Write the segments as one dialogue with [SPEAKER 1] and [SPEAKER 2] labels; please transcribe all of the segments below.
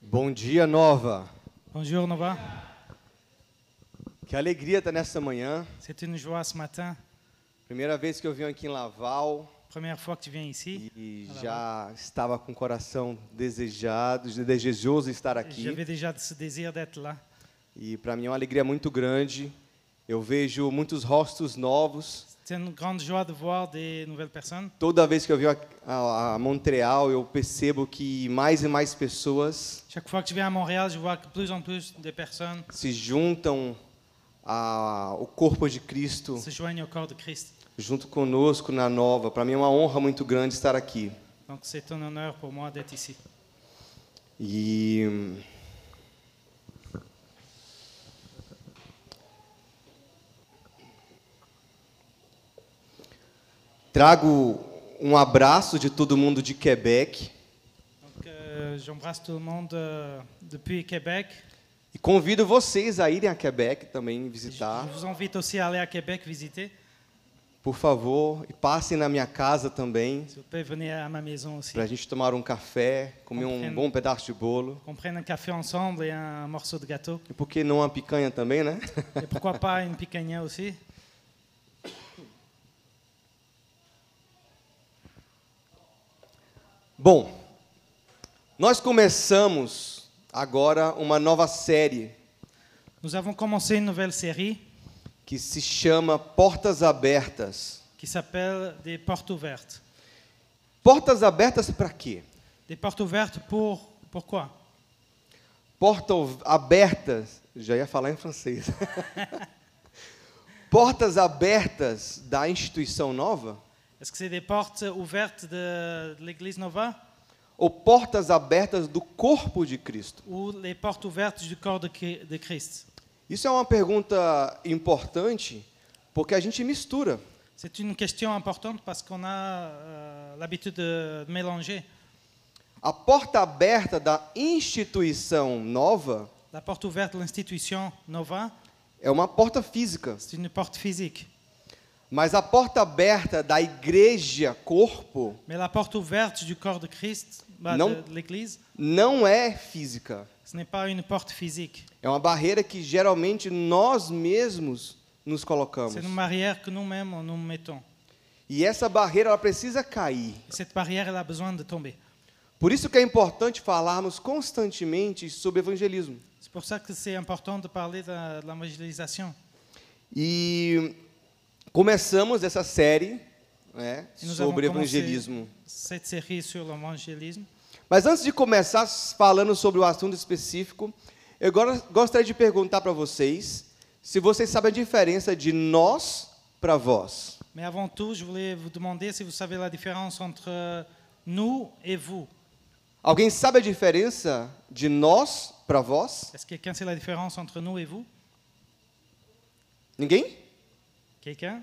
[SPEAKER 1] Bom dia, Nova.
[SPEAKER 2] Bonjour Nova,
[SPEAKER 1] Que alegria estar nessa manhã.
[SPEAKER 2] c'est une joie ce matin.
[SPEAKER 1] Primeira vez que eu vim aqui em Laval
[SPEAKER 2] Première fois que tu viens ici,
[SPEAKER 1] e já estava com o coração desejado, desejoso estar
[SPEAKER 2] j'avais
[SPEAKER 1] aqui.
[SPEAKER 2] déjà ce désir d'être là.
[SPEAKER 1] E para mim é uma alegria muito grande. Eu vejo muitos rostos novos.
[SPEAKER 2] C'est une grande joie de voir des nouvelles personnes.
[SPEAKER 1] Toda vez que eu venho a, a- a Montreal, eu percebo que mais e mais pessoas
[SPEAKER 2] Chaque fois que je viens à Montréal, je vois que plus en plus de personnes
[SPEAKER 1] se juntam a- ao corpo de Cristo
[SPEAKER 2] se joignent au corps de Christ.
[SPEAKER 1] junto conosco na Nova. Para mim é uma honra muito grande estar aqui.
[SPEAKER 2] Donc c'est un honneur pour moi d'être ici.
[SPEAKER 1] E hum, trago um abraço de todo mundo de Quebec
[SPEAKER 2] Donc euh, j'embrasse tout le monde euh, depuis Québec.
[SPEAKER 1] e convido vocês a irem a Quebec também
[SPEAKER 2] Je-
[SPEAKER 1] visitar,
[SPEAKER 2] Je vous invite aussi à aller à Québec visiter.
[SPEAKER 1] por favor, e passem na minha casa também
[SPEAKER 2] Si vous pouvez venir à ma maison aussi.
[SPEAKER 1] para a gente tomar um café, comer um
[SPEAKER 2] Compreendo.
[SPEAKER 1] bom pedaço de bolo
[SPEAKER 2] Qu'on prenne un café ensemble et un morceau de gâteau.
[SPEAKER 1] e por que não uma picanha também, né?
[SPEAKER 2] Et pourquoi pas une picanha aussi.
[SPEAKER 1] Bom, nós começamos agora uma nova série
[SPEAKER 2] Nous avons commencé une nouvelle série
[SPEAKER 1] que se chama Portas Abertas.
[SPEAKER 2] qui s'appelle des portes ouvertes.
[SPEAKER 1] Portas abertas para quê?
[SPEAKER 2] Des portes ouvertes pour pourquoi
[SPEAKER 1] Portas abertas, já ia falar em francês. Portas abertas da instituição nova
[SPEAKER 2] Est-ce que c'est des portes ouvertes de, de l'Église Nova
[SPEAKER 1] ou portas abertas do corpo de Cristo?
[SPEAKER 2] ou les portes ouvertes du corps de, Chri- de Christ
[SPEAKER 1] Isso é uma pergunta importante, porque a gente mistura.
[SPEAKER 2] C'est une question importante parce qu'on a euh, l'habitude de mélanger.
[SPEAKER 1] A porta aberta da instituição nova
[SPEAKER 2] La porte ouverte de l'institution Nova,
[SPEAKER 1] é uma porta física.
[SPEAKER 2] c'est une porte physique.
[SPEAKER 1] Mas a porta aberta da igreja corpo
[SPEAKER 2] Mais la porte ouverte du corps de Christ, bah,
[SPEAKER 1] Non.
[SPEAKER 2] de, de l'Église,
[SPEAKER 1] não é física.
[SPEAKER 2] ce n'est pas une porte physique.
[SPEAKER 1] É uma barreira que geralmente nós mesmos nos colocamos.
[SPEAKER 2] C'est une barrière que nous-mêmes on nous mettons.
[SPEAKER 1] E essa barreira ela precisa cair.
[SPEAKER 2] Cette barrière, elle a besoin de tomber.
[SPEAKER 1] Por isso que é importante falarmos constantemente sobre evangelismo.
[SPEAKER 2] C'est pour ça que c'est important de parler de, la- de l'évangélisation.
[SPEAKER 1] E começamos essa série né,
[SPEAKER 2] Et nous
[SPEAKER 1] sobre
[SPEAKER 2] avons commencé
[SPEAKER 1] evangelismo.
[SPEAKER 2] Cette série sur l'évangélisme.
[SPEAKER 1] Mas antes de começar falando sobre o assunto específico, eu agora gostaria de perguntar para vocês se vocês sabem a diferença de nós para vós.
[SPEAKER 2] Mais avant tout, je voulais vous demander si vous savez la différence entre euh, nous et vous.
[SPEAKER 1] Alguém sabe a diferença de nós para vós?
[SPEAKER 2] Est-ce que quelqu'un sait la différence entre nous et vous
[SPEAKER 1] Ninguém?
[SPEAKER 2] Quelqu'un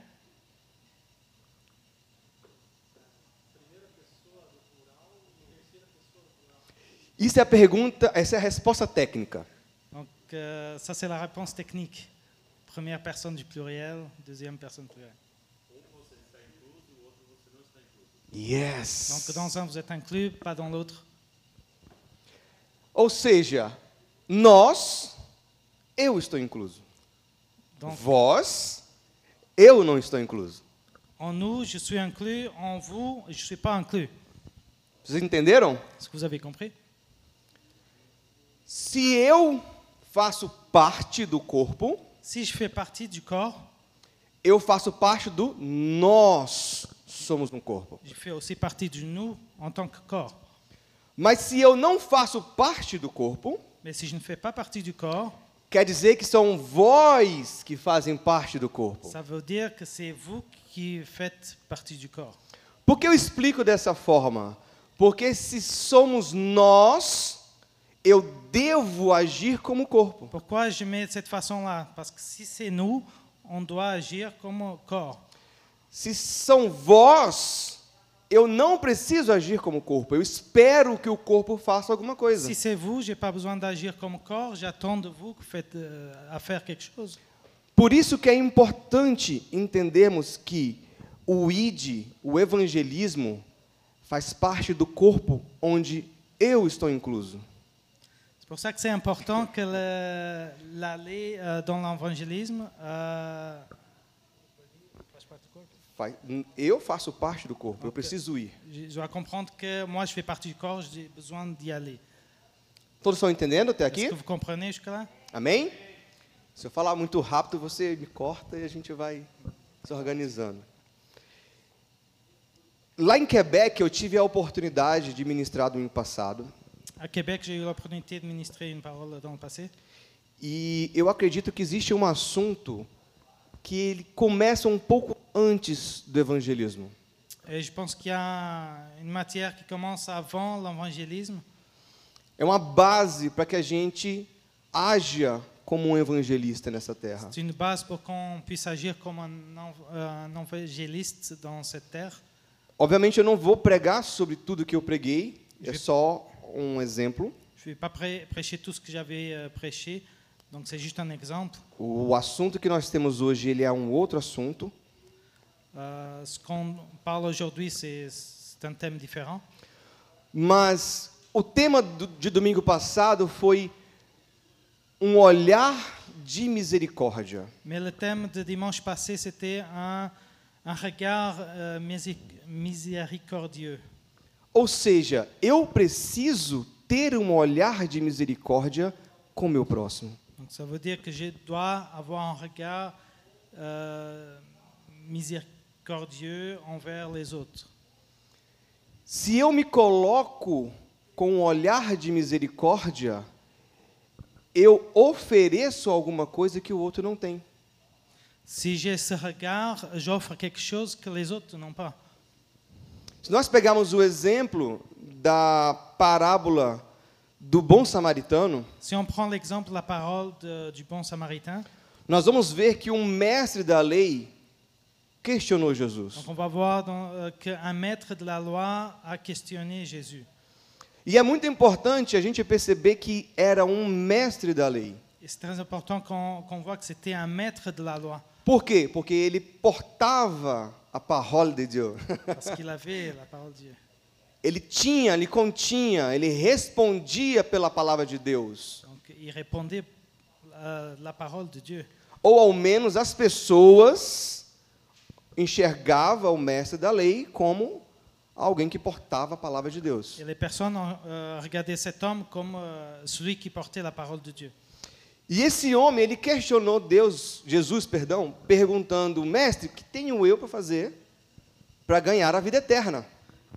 [SPEAKER 1] Isso é a pergunta, essa é a resposta técnica.
[SPEAKER 2] Donc, euh, ça, c'est la réponse technique. Première personne du pluriel, deuxième personne du pluriel. Donc,
[SPEAKER 1] Yes.
[SPEAKER 2] dans un, vous êtes inclus, pas dans l'autre.
[SPEAKER 1] Ou seja, nós, eu estou incluso.
[SPEAKER 2] Donc,
[SPEAKER 1] Vós, eu não estou incluso.
[SPEAKER 2] en nous, je suis inclus. En vous, je ne suis pas inclus.
[SPEAKER 1] Vocês entenderam?
[SPEAKER 2] Est-ce que vous avez compris
[SPEAKER 1] Se eu faço parte do corpo,
[SPEAKER 2] Si je fais partie du corps,
[SPEAKER 1] eu faço parte do nós somos um corpo.
[SPEAKER 2] je fais aussi partie du nous en tant que corps.
[SPEAKER 1] Mas se eu não faço parte do corpo,
[SPEAKER 2] Mais si je ne fais pas partie du corps,
[SPEAKER 1] quer dizer que são vós que fazem parte do corpo.
[SPEAKER 2] ça veut dire que c'est vous qui faites partie du corps.
[SPEAKER 1] Por que eu explico dessa forma? Porque se somos nós, eu devo agir como corpo.
[SPEAKER 2] Pourquoi je mets de cette façon-là Parce que si c'est nous, on doit agir comme un corps.
[SPEAKER 1] Se são vós, eu não preciso agir como corpo. Eu espero que o corpo faça alguma coisa.
[SPEAKER 2] Si c'est vous, j'ai pas besoin d'agir comme corps, j'attends de vous que faites euh, à faire quelque chose.
[SPEAKER 1] Por isso que é importante entendermos que o ID, o evangelismo, faz parte do corpo onde eu estou incluso.
[SPEAKER 2] C'est pour ça que c'est important que le- l'aller euh, dans l'évangélisme. euh,
[SPEAKER 1] Faz- Eu faço parte do corpo, eu preciso ir.
[SPEAKER 2] je je dois comprendre que moi, je fais partie du corps, j'ai besoin d'y aller.
[SPEAKER 1] Todos estão entendendo até
[SPEAKER 2] Est-ce
[SPEAKER 1] aqui?
[SPEAKER 2] que vous comprenez jusque-là
[SPEAKER 1] Amém? Se eu falar muito rápido, você me corta e a gente vai se organizando. Lá em Quebec, eu tive a oportunidade de ministrar domingo passado.
[SPEAKER 2] À Québec, j'ai eu l'opportunité de ministrer une parole dans le passé.
[SPEAKER 1] E eu acredito que existe um assunto que ele começa um pouco antes do evangelismo.
[SPEAKER 2] Et je pense qu'il y a une matière qui commence avant l'évangélisme.
[SPEAKER 1] É uma base para que a gente haja como um evangelista nessa terra.
[SPEAKER 2] C'est une base pour qu'on puisse agir comme un, en- euh, un évangéliste dans cette terre.
[SPEAKER 1] Obviamente, eu não vou pregar sobre tudo que eu preguei, é só um exemplo.
[SPEAKER 2] Je ne vais pas prê- prêcher tout ce que j'avais euh, prêché, donc c'est juste un exemple.
[SPEAKER 1] O assunto que nós temos hoje ele é um outro assunto,
[SPEAKER 2] Euh, ce qu'on parle aujourd'hui, c'est c'est un thème différent.
[SPEAKER 1] mas o tema do- de domingo passado foi um olhar de misericórdia.
[SPEAKER 2] Mais le thème de dimanche passé, c'était un, un regard euh, misi- miséricordieux.
[SPEAKER 1] Ou seja, eu preciso ter um olhar de misericórdia com meu próximo.
[SPEAKER 2] Donc ça veut dire que je dois avoir un regard euh, miséricordieux envers les autres.
[SPEAKER 1] Se eu me coloco com um olhar de misericórdia, eu ofereço alguma coisa que o outro não tem.
[SPEAKER 2] Si j'ai ce regard, j'offre quelque chose que les autres n'ont pas.
[SPEAKER 1] Se nós pegarmos o exemplo da parábola do bom samaritano,
[SPEAKER 2] Si on prend l'exemple de la parole de- du bon samaritain,
[SPEAKER 1] nós vamos ver que um mestre da lei questionou Jesus.
[SPEAKER 2] donc on va voir dans- euh, qu'un maître de la loi a questionné Jésus.
[SPEAKER 1] E é muito importante a gente perceber que era um mestre da lei.
[SPEAKER 2] Et c'est très important qu'on qu'on voit que c'était un maître de la loi,
[SPEAKER 1] Por quê? Porque ele portava a palavra de Deus.
[SPEAKER 2] parce qu'il avait la parole de Dieu.
[SPEAKER 1] Ele tinha, ele continha, ele respondia pela palavra de Deus.
[SPEAKER 2] Donc il répondait euh, la parole de Dieu.
[SPEAKER 1] Ou ao menos as pessoas enxergavam o mestre da lei como alguém que portava a palavra de Deus.
[SPEAKER 2] Et les personnes ont euh, regardé cet homme comme euh, celui qui portait la parole de Dieu.
[SPEAKER 1] E esse homem, ele questionou Deus, Jesus, perdão, perguntando: "Mestre, o que tenho eu para fazer para ganhar a vida eterna?"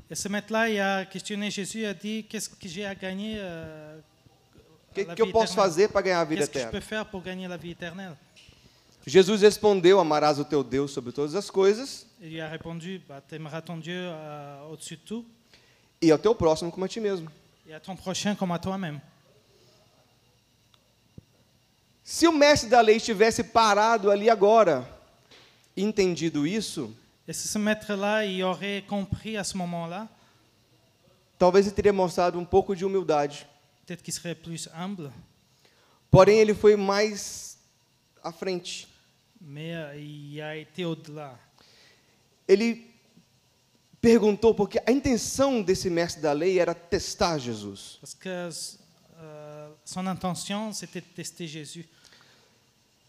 [SPEAKER 2] Et ce maître-là, il a questionné Jésus, il a dit, qu'est-ce que j'ai à gagner euh,
[SPEAKER 1] O que,
[SPEAKER 2] la
[SPEAKER 1] que eu
[SPEAKER 2] vie
[SPEAKER 1] posso
[SPEAKER 2] éternelle
[SPEAKER 1] fazer para ganhar a vida
[SPEAKER 2] Qu'est-ce que je
[SPEAKER 1] eterna?
[SPEAKER 2] peux faire pour gagner la vie éternelle
[SPEAKER 1] Jesus respondeu: "Amarás o teu Deus sobre todas as coisas
[SPEAKER 2] Et il a répondu, bah, t'aimeras ton Dieu euh, au-dessus de tout
[SPEAKER 1] e ao teu próximo como a ti mesmo."
[SPEAKER 2] et à ton prochain comme à toi-même.
[SPEAKER 1] Se o mestre da lei estivesse parado ali agora, entendido isso,
[SPEAKER 2] Et si ce maître-là, il aurait compris à ce moment-là,
[SPEAKER 1] talvez ele teria mostrado um pouco de humildade.
[SPEAKER 2] peut-être qu'il serait plus humble,
[SPEAKER 1] Porém, ele foi mais à frente.
[SPEAKER 2] mais euh, il a été au-delà.
[SPEAKER 1] ele perguntou porque a intenção desse mestre da lei era testar Jesus.
[SPEAKER 2] Parce que euh, son intention, c'était de tester Jésus.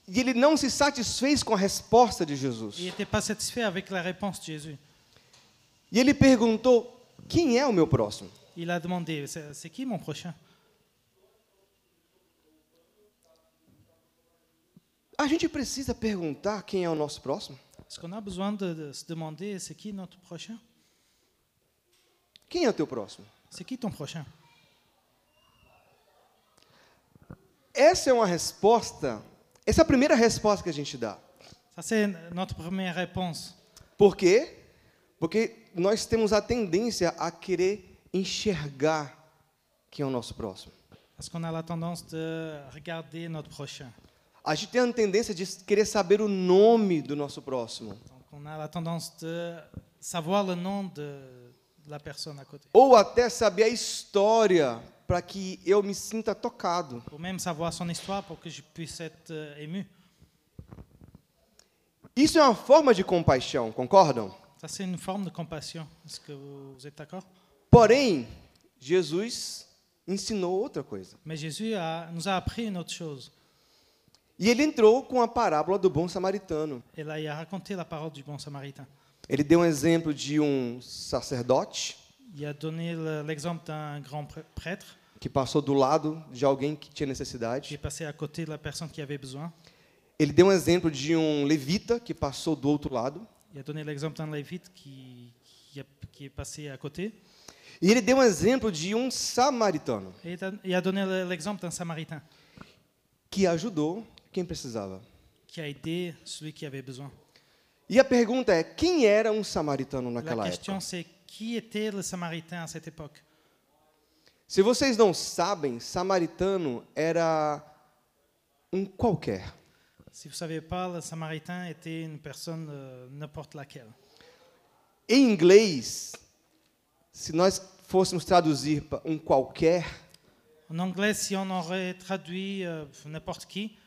[SPEAKER 1] E ele não se satisfez com a resposta de
[SPEAKER 2] Il
[SPEAKER 1] Jesus.
[SPEAKER 2] n'était pas satisfait avec la réponse de Jésus.
[SPEAKER 1] E ele perguntou: "Quem é o meu próximo?"
[SPEAKER 2] Il a demandé, c'est c'est qui mon prochain
[SPEAKER 1] A gente precisa perguntar quem é o nosso próximo?
[SPEAKER 2] Est-ce qu'on a besoin de, de se demander, c'est qui notre prochain
[SPEAKER 1] Quem é o teu próximo?
[SPEAKER 2] C'est qui ton prochain
[SPEAKER 1] Essa é uma resposta, essa é a primeira resposta que a gente dá.
[SPEAKER 2] Ça, c'est notre première réponse.
[SPEAKER 1] Por quê? Porque nós temos a tendência a querer enxergar quem é o nosso próximo.
[SPEAKER 2] Parce qu'on a la tendance de regarder notre prochain.
[SPEAKER 1] A gente tem a tendência de querer saber o nome do nosso próximo.
[SPEAKER 2] Donc, on a la tendance de savoir le nom de la personne à côté.
[SPEAKER 1] Ou até saber a história para que eu me sinta tocado.
[SPEAKER 2] Ou même savoir son histoire pour que je puisse être euh, ému.
[SPEAKER 1] Isso é uma forma de compaixão, concordam?
[SPEAKER 2] Ça, c'est une forme de compassion. Est-ce que vous, vous êtes d'accord
[SPEAKER 1] Porém, Jesus ensinou outra coisa.
[SPEAKER 2] Mais Jésus a- nous a appris une autre chose.
[SPEAKER 1] E ele entrou com a parábola do bom samaritano.
[SPEAKER 2] Et là, il a raconté la parole du bon samaritain.
[SPEAKER 1] Ele deu um exemplo de um sacerdote
[SPEAKER 2] Il a donné le- l'exemple d'un grand pr- prêtre
[SPEAKER 1] que passou do lado de alguém que tinha
[SPEAKER 2] qui est
[SPEAKER 1] necessidade.
[SPEAKER 2] passé à côté de la personne qui avait besoin.
[SPEAKER 1] Ele deu um exemplo de um levita que passou do outro lado.
[SPEAKER 2] Il a donné l'exemple d'un lévite qui, qui, a- qui est passé à côté.
[SPEAKER 1] E ele deu um exemplo de um samaritano
[SPEAKER 2] Et il a- il a donné le- l'exemple d'un samaritain
[SPEAKER 1] que ajudou quem precisava.
[SPEAKER 2] qui a aidé celui qui avait besoin.
[SPEAKER 1] E a pergunta é: quem era um samaritano
[SPEAKER 2] La
[SPEAKER 1] naquela época?
[SPEAKER 2] question, c'est qui était le samaritain à cette époque
[SPEAKER 1] Se vocês não sabem, samaritano era um qualquer.
[SPEAKER 2] Si vous ne savez pas, le samaritain était une personne euh, n'importe laquelle.
[SPEAKER 1] Em inglês, se nós fôssemos traduzir para um qualquer,
[SPEAKER 2] En anglais, si on aurait traduit euh, n'importe qui,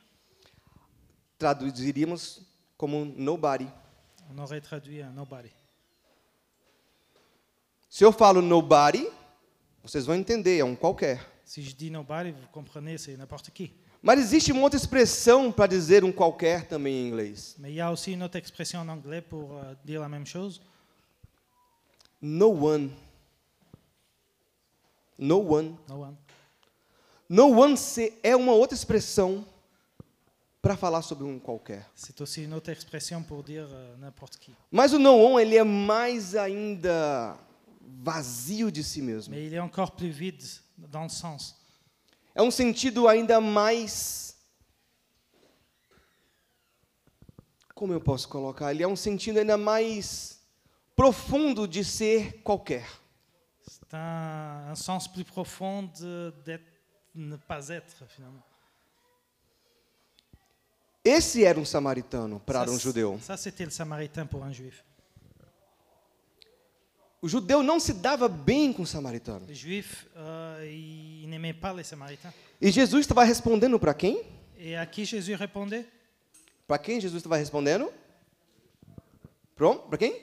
[SPEAKER 1] traduziríamos como nobody.
[SPEAKER 2] on aurait traduit un nobody.
[SPEAKER 1] Se eu falo nobody, vocês vão entender, é um qualquer.
[SPEAKER 2] Si je dis nobody, vous comprenez, c'est n'importe qui.
[SPEAKER 1] Mas existe uma outra expressão para dizer um qualquer também em inglês.
[SPEAKER 2] Mais il y a aussi une autre expression en anglais pour euh, dire la même chose.
[SPEAKER 1] No one. No one.
[SPEAKER 2] No one.
[SPEAKER 1] No one se- é uma outra expressão para falar sobre um qualquer.
[SPEAKER 2] C'est aussi une autre expression pour dire euh, n'importe qui.
[SPEAKER 1] Mas o no one ele é mais ainda vazio de si mesmo.
[SPEAKER 2] Mais il est encore plus vide dans le sens.
[SPEAKER 1] É um sentido ainda mais. Como eu posso colocar? Ele é um sentido ainda mais profundo de ser qualquer.
[SPEAKER 2] C'est un, un sens plus profond de- d'être, ne pas être finalement.
[SPEAKER 1] Esse era um samaritano para
[SPEAKER 2] Ça,
[SPEAKER 1] um
[SPEAKER 2] c-
[SPEAKER 1] judeu.
[SPEAKER 2] Ça, c'était le samaritain pour un juif.
[SPEAKER 1] O judeu não se dava bem com o samaritano.
[SPEAKER 2] Les juifs, euh, ils ils n'aimaient pas les samaritains.
[SPEAKER 1] E Jesus estava respondendo para quem?
[SPEAKER 2] Et à qui Jésus répondait
[SPEAKER 1] Para quem Jesus estava respondendo? Para quem?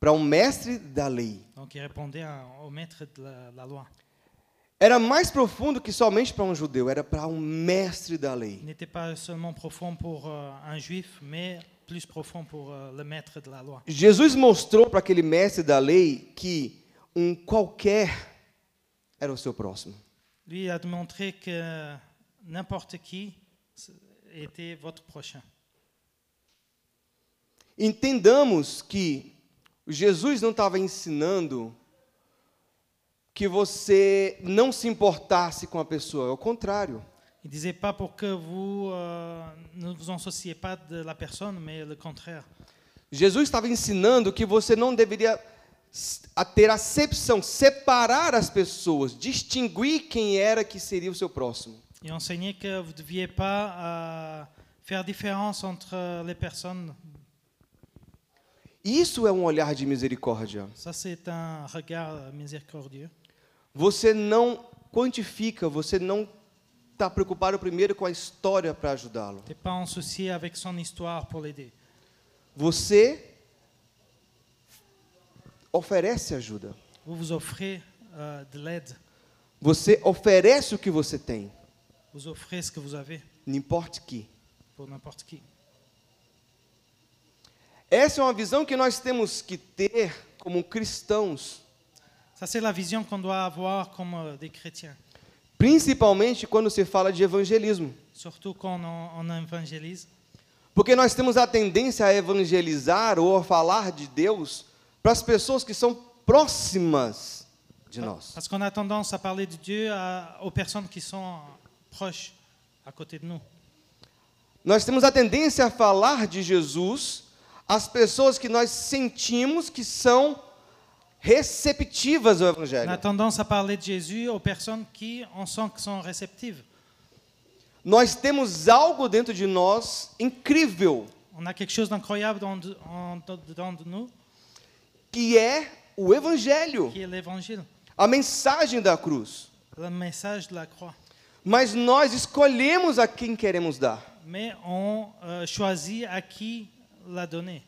[SPEAKER 1] Para um mestre da lei.
[SPEAKER 2] Donc il répondait à- au maître de la, la loi.
[SPEAKER 1] Era mais profundo que somente para um judeu, era para um mestre da lei.
[SPEAKER 2] Il n'était pas seulement profond pour euh, un juif, mais plus profond pour euh, le maître de la loi.
[SPEAKER 1] Jesus mostrou para aquele mestre da lei que um qualquer era o seu próximo.
[SPEAKER 2] Lui il a montré que n'importe qui était votre prochain.
[SPEAKER 1] Entendamos que Jesus não estava ensinando que você não se importasse com a pessoa, ao contrário.
[SPEAKER 2] Il disait pas pour que vous euh, ne vous en souciez pas de la personne, mais le contraire.
[SPEAKER 1] Jesus estava ensinando que você não deveria s- a ter acepção, separar as pessoas, distinguir quem era que seria o seu próximo.
[SPEAKER 2] Il enseignait que vous ne deviez pas euh, faire différence entre les personnes.
[SPEAKER 1] Isso é um olhar de misericórdia.
[SPEAKER 2] Ça, c'est un regard miséricordieux.
[SPEAKER 1] Você não quantifica, você não está preocupado primeiro com a história para ajudá-lo.
[SPEAKER 2] T'es pas en souci avec son histoire pour l'aider.
[SPEAKER 1] Você oferece ajuda.
[SPEAKER 2] Vous vous offrez euh, de l'aide,
[SPEAKER 1] Você oferece o que você tem,
[SPEAKER 2] vous offrez ce que vous avez
[SPEAKER 1] não importa que.
[SPEAKER 2] pour n'importe qui.
[SPEAKER 1] Essa é uma visão que nós temos que ter como cristãos,
[SPEAKER 2] Ça, c'est la vision qu'on doit avoir comme euh, des chrétiens,
[SPEAKER 1] principalmente quando se fala de evangelismo.
[SPEAKER 2] surtout quand on, on évangélise,
[SPEAKER 1] Porque nós temos a tendência a evangelizar ou a falar de Deus para as pessoas que são próximas de nós.
[SPEAKER 2] parce qu'on a tendance à parler de Dieu à- aux personnes qui sont proches, à côté de nous.
[SPEAKER 1] Nós temos a tendência a falar de Jesus às pessoas que nós sentimos que são receptivas ao
[SPEAKER 2] On a
[SPEAKER 1] Evangelho.
[SPEAKER 2] tendance à parler de Jésus aux personnes qui, on sent que sont réceptives.
[SPEAKER 1] Nós temos algo dentro de nós incrível,
[SPEAKER 2] On a quelque chose d'incroyable dans de- en- dedans de nous,
[SPEAKER 1] que é o Evangelho,
[SPEAKER 2] qui est l'Évangile,
[SPEAKER 1] a mensagem da cruz.
[SPEAKER 2] le message de la croix.
[SPEAKER 1] Mas nós escolhemos a quem queremos dar.
[SPEAKER 2] mais on euh, choisit à qui la donner.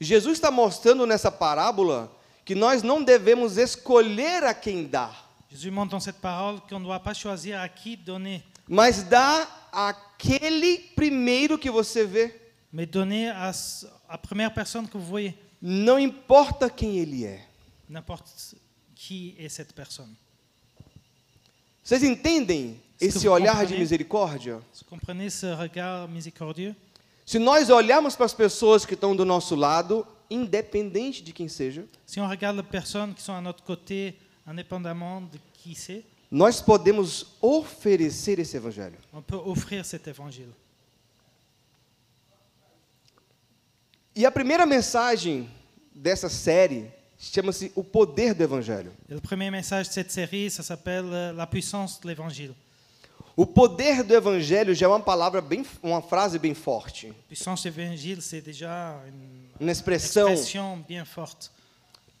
[SPEAKER 1] Jesus está mostrando nessa parábola que nós não devemos escolher a quem dar,
[SPEAKER 2] Jésus montre dans cette parole qu'on ne doit pas choisir à qui donner,
[SPEAKER 1] mas dá àquele primeiro que você vê.
[SPEAKER 2] mais donner à, s- à première personne que vous voyez,
[SPEAKER 1] Não importa quem ele é.
[SPEAKER 2] n'importe qui est cette personne.
[SPEAKER 1] Vocês entendem
[SPEAKER 2] Isso
[SPEAKER 1] esse
[SPEAKER 2] eu
[SPEAKER 1] olhar de
[SPEAKER 2] compreendi.
[SPEAKER 1] misericórdia?
[SPEAKER 2] Vous comprenez ce regard miséricordieux
[SPEAKER 1] Se nós olharmos para as pessoas que estão do nosso lado, independente de quem seja,
[SPEAKER 2] Si on regarde les personnes qui sont à notre côté, indépendamment de qui c'est,
[SPEAKER 1] nós podemos oferecer esse evangelho.
[SPEAKER 2] on peut offrir cet évangile.
[SPEAKER 1] E a primeira mensagem dessa série chama-se O Poder do Evangelho.
[SPEAKER 2] Et le premier message de cette série, ça s'appelle euh, La puissance de l'évangile.
[SPEAKER 1] O poder do Evangelho já é uma palavra bem, uma frase bem forte,
[SPEAKER 2] Puissance de l'évangile, c'est déjà une
[SPEAKER 1] uma expressão.
[SPEAKER 2] expression bien forte.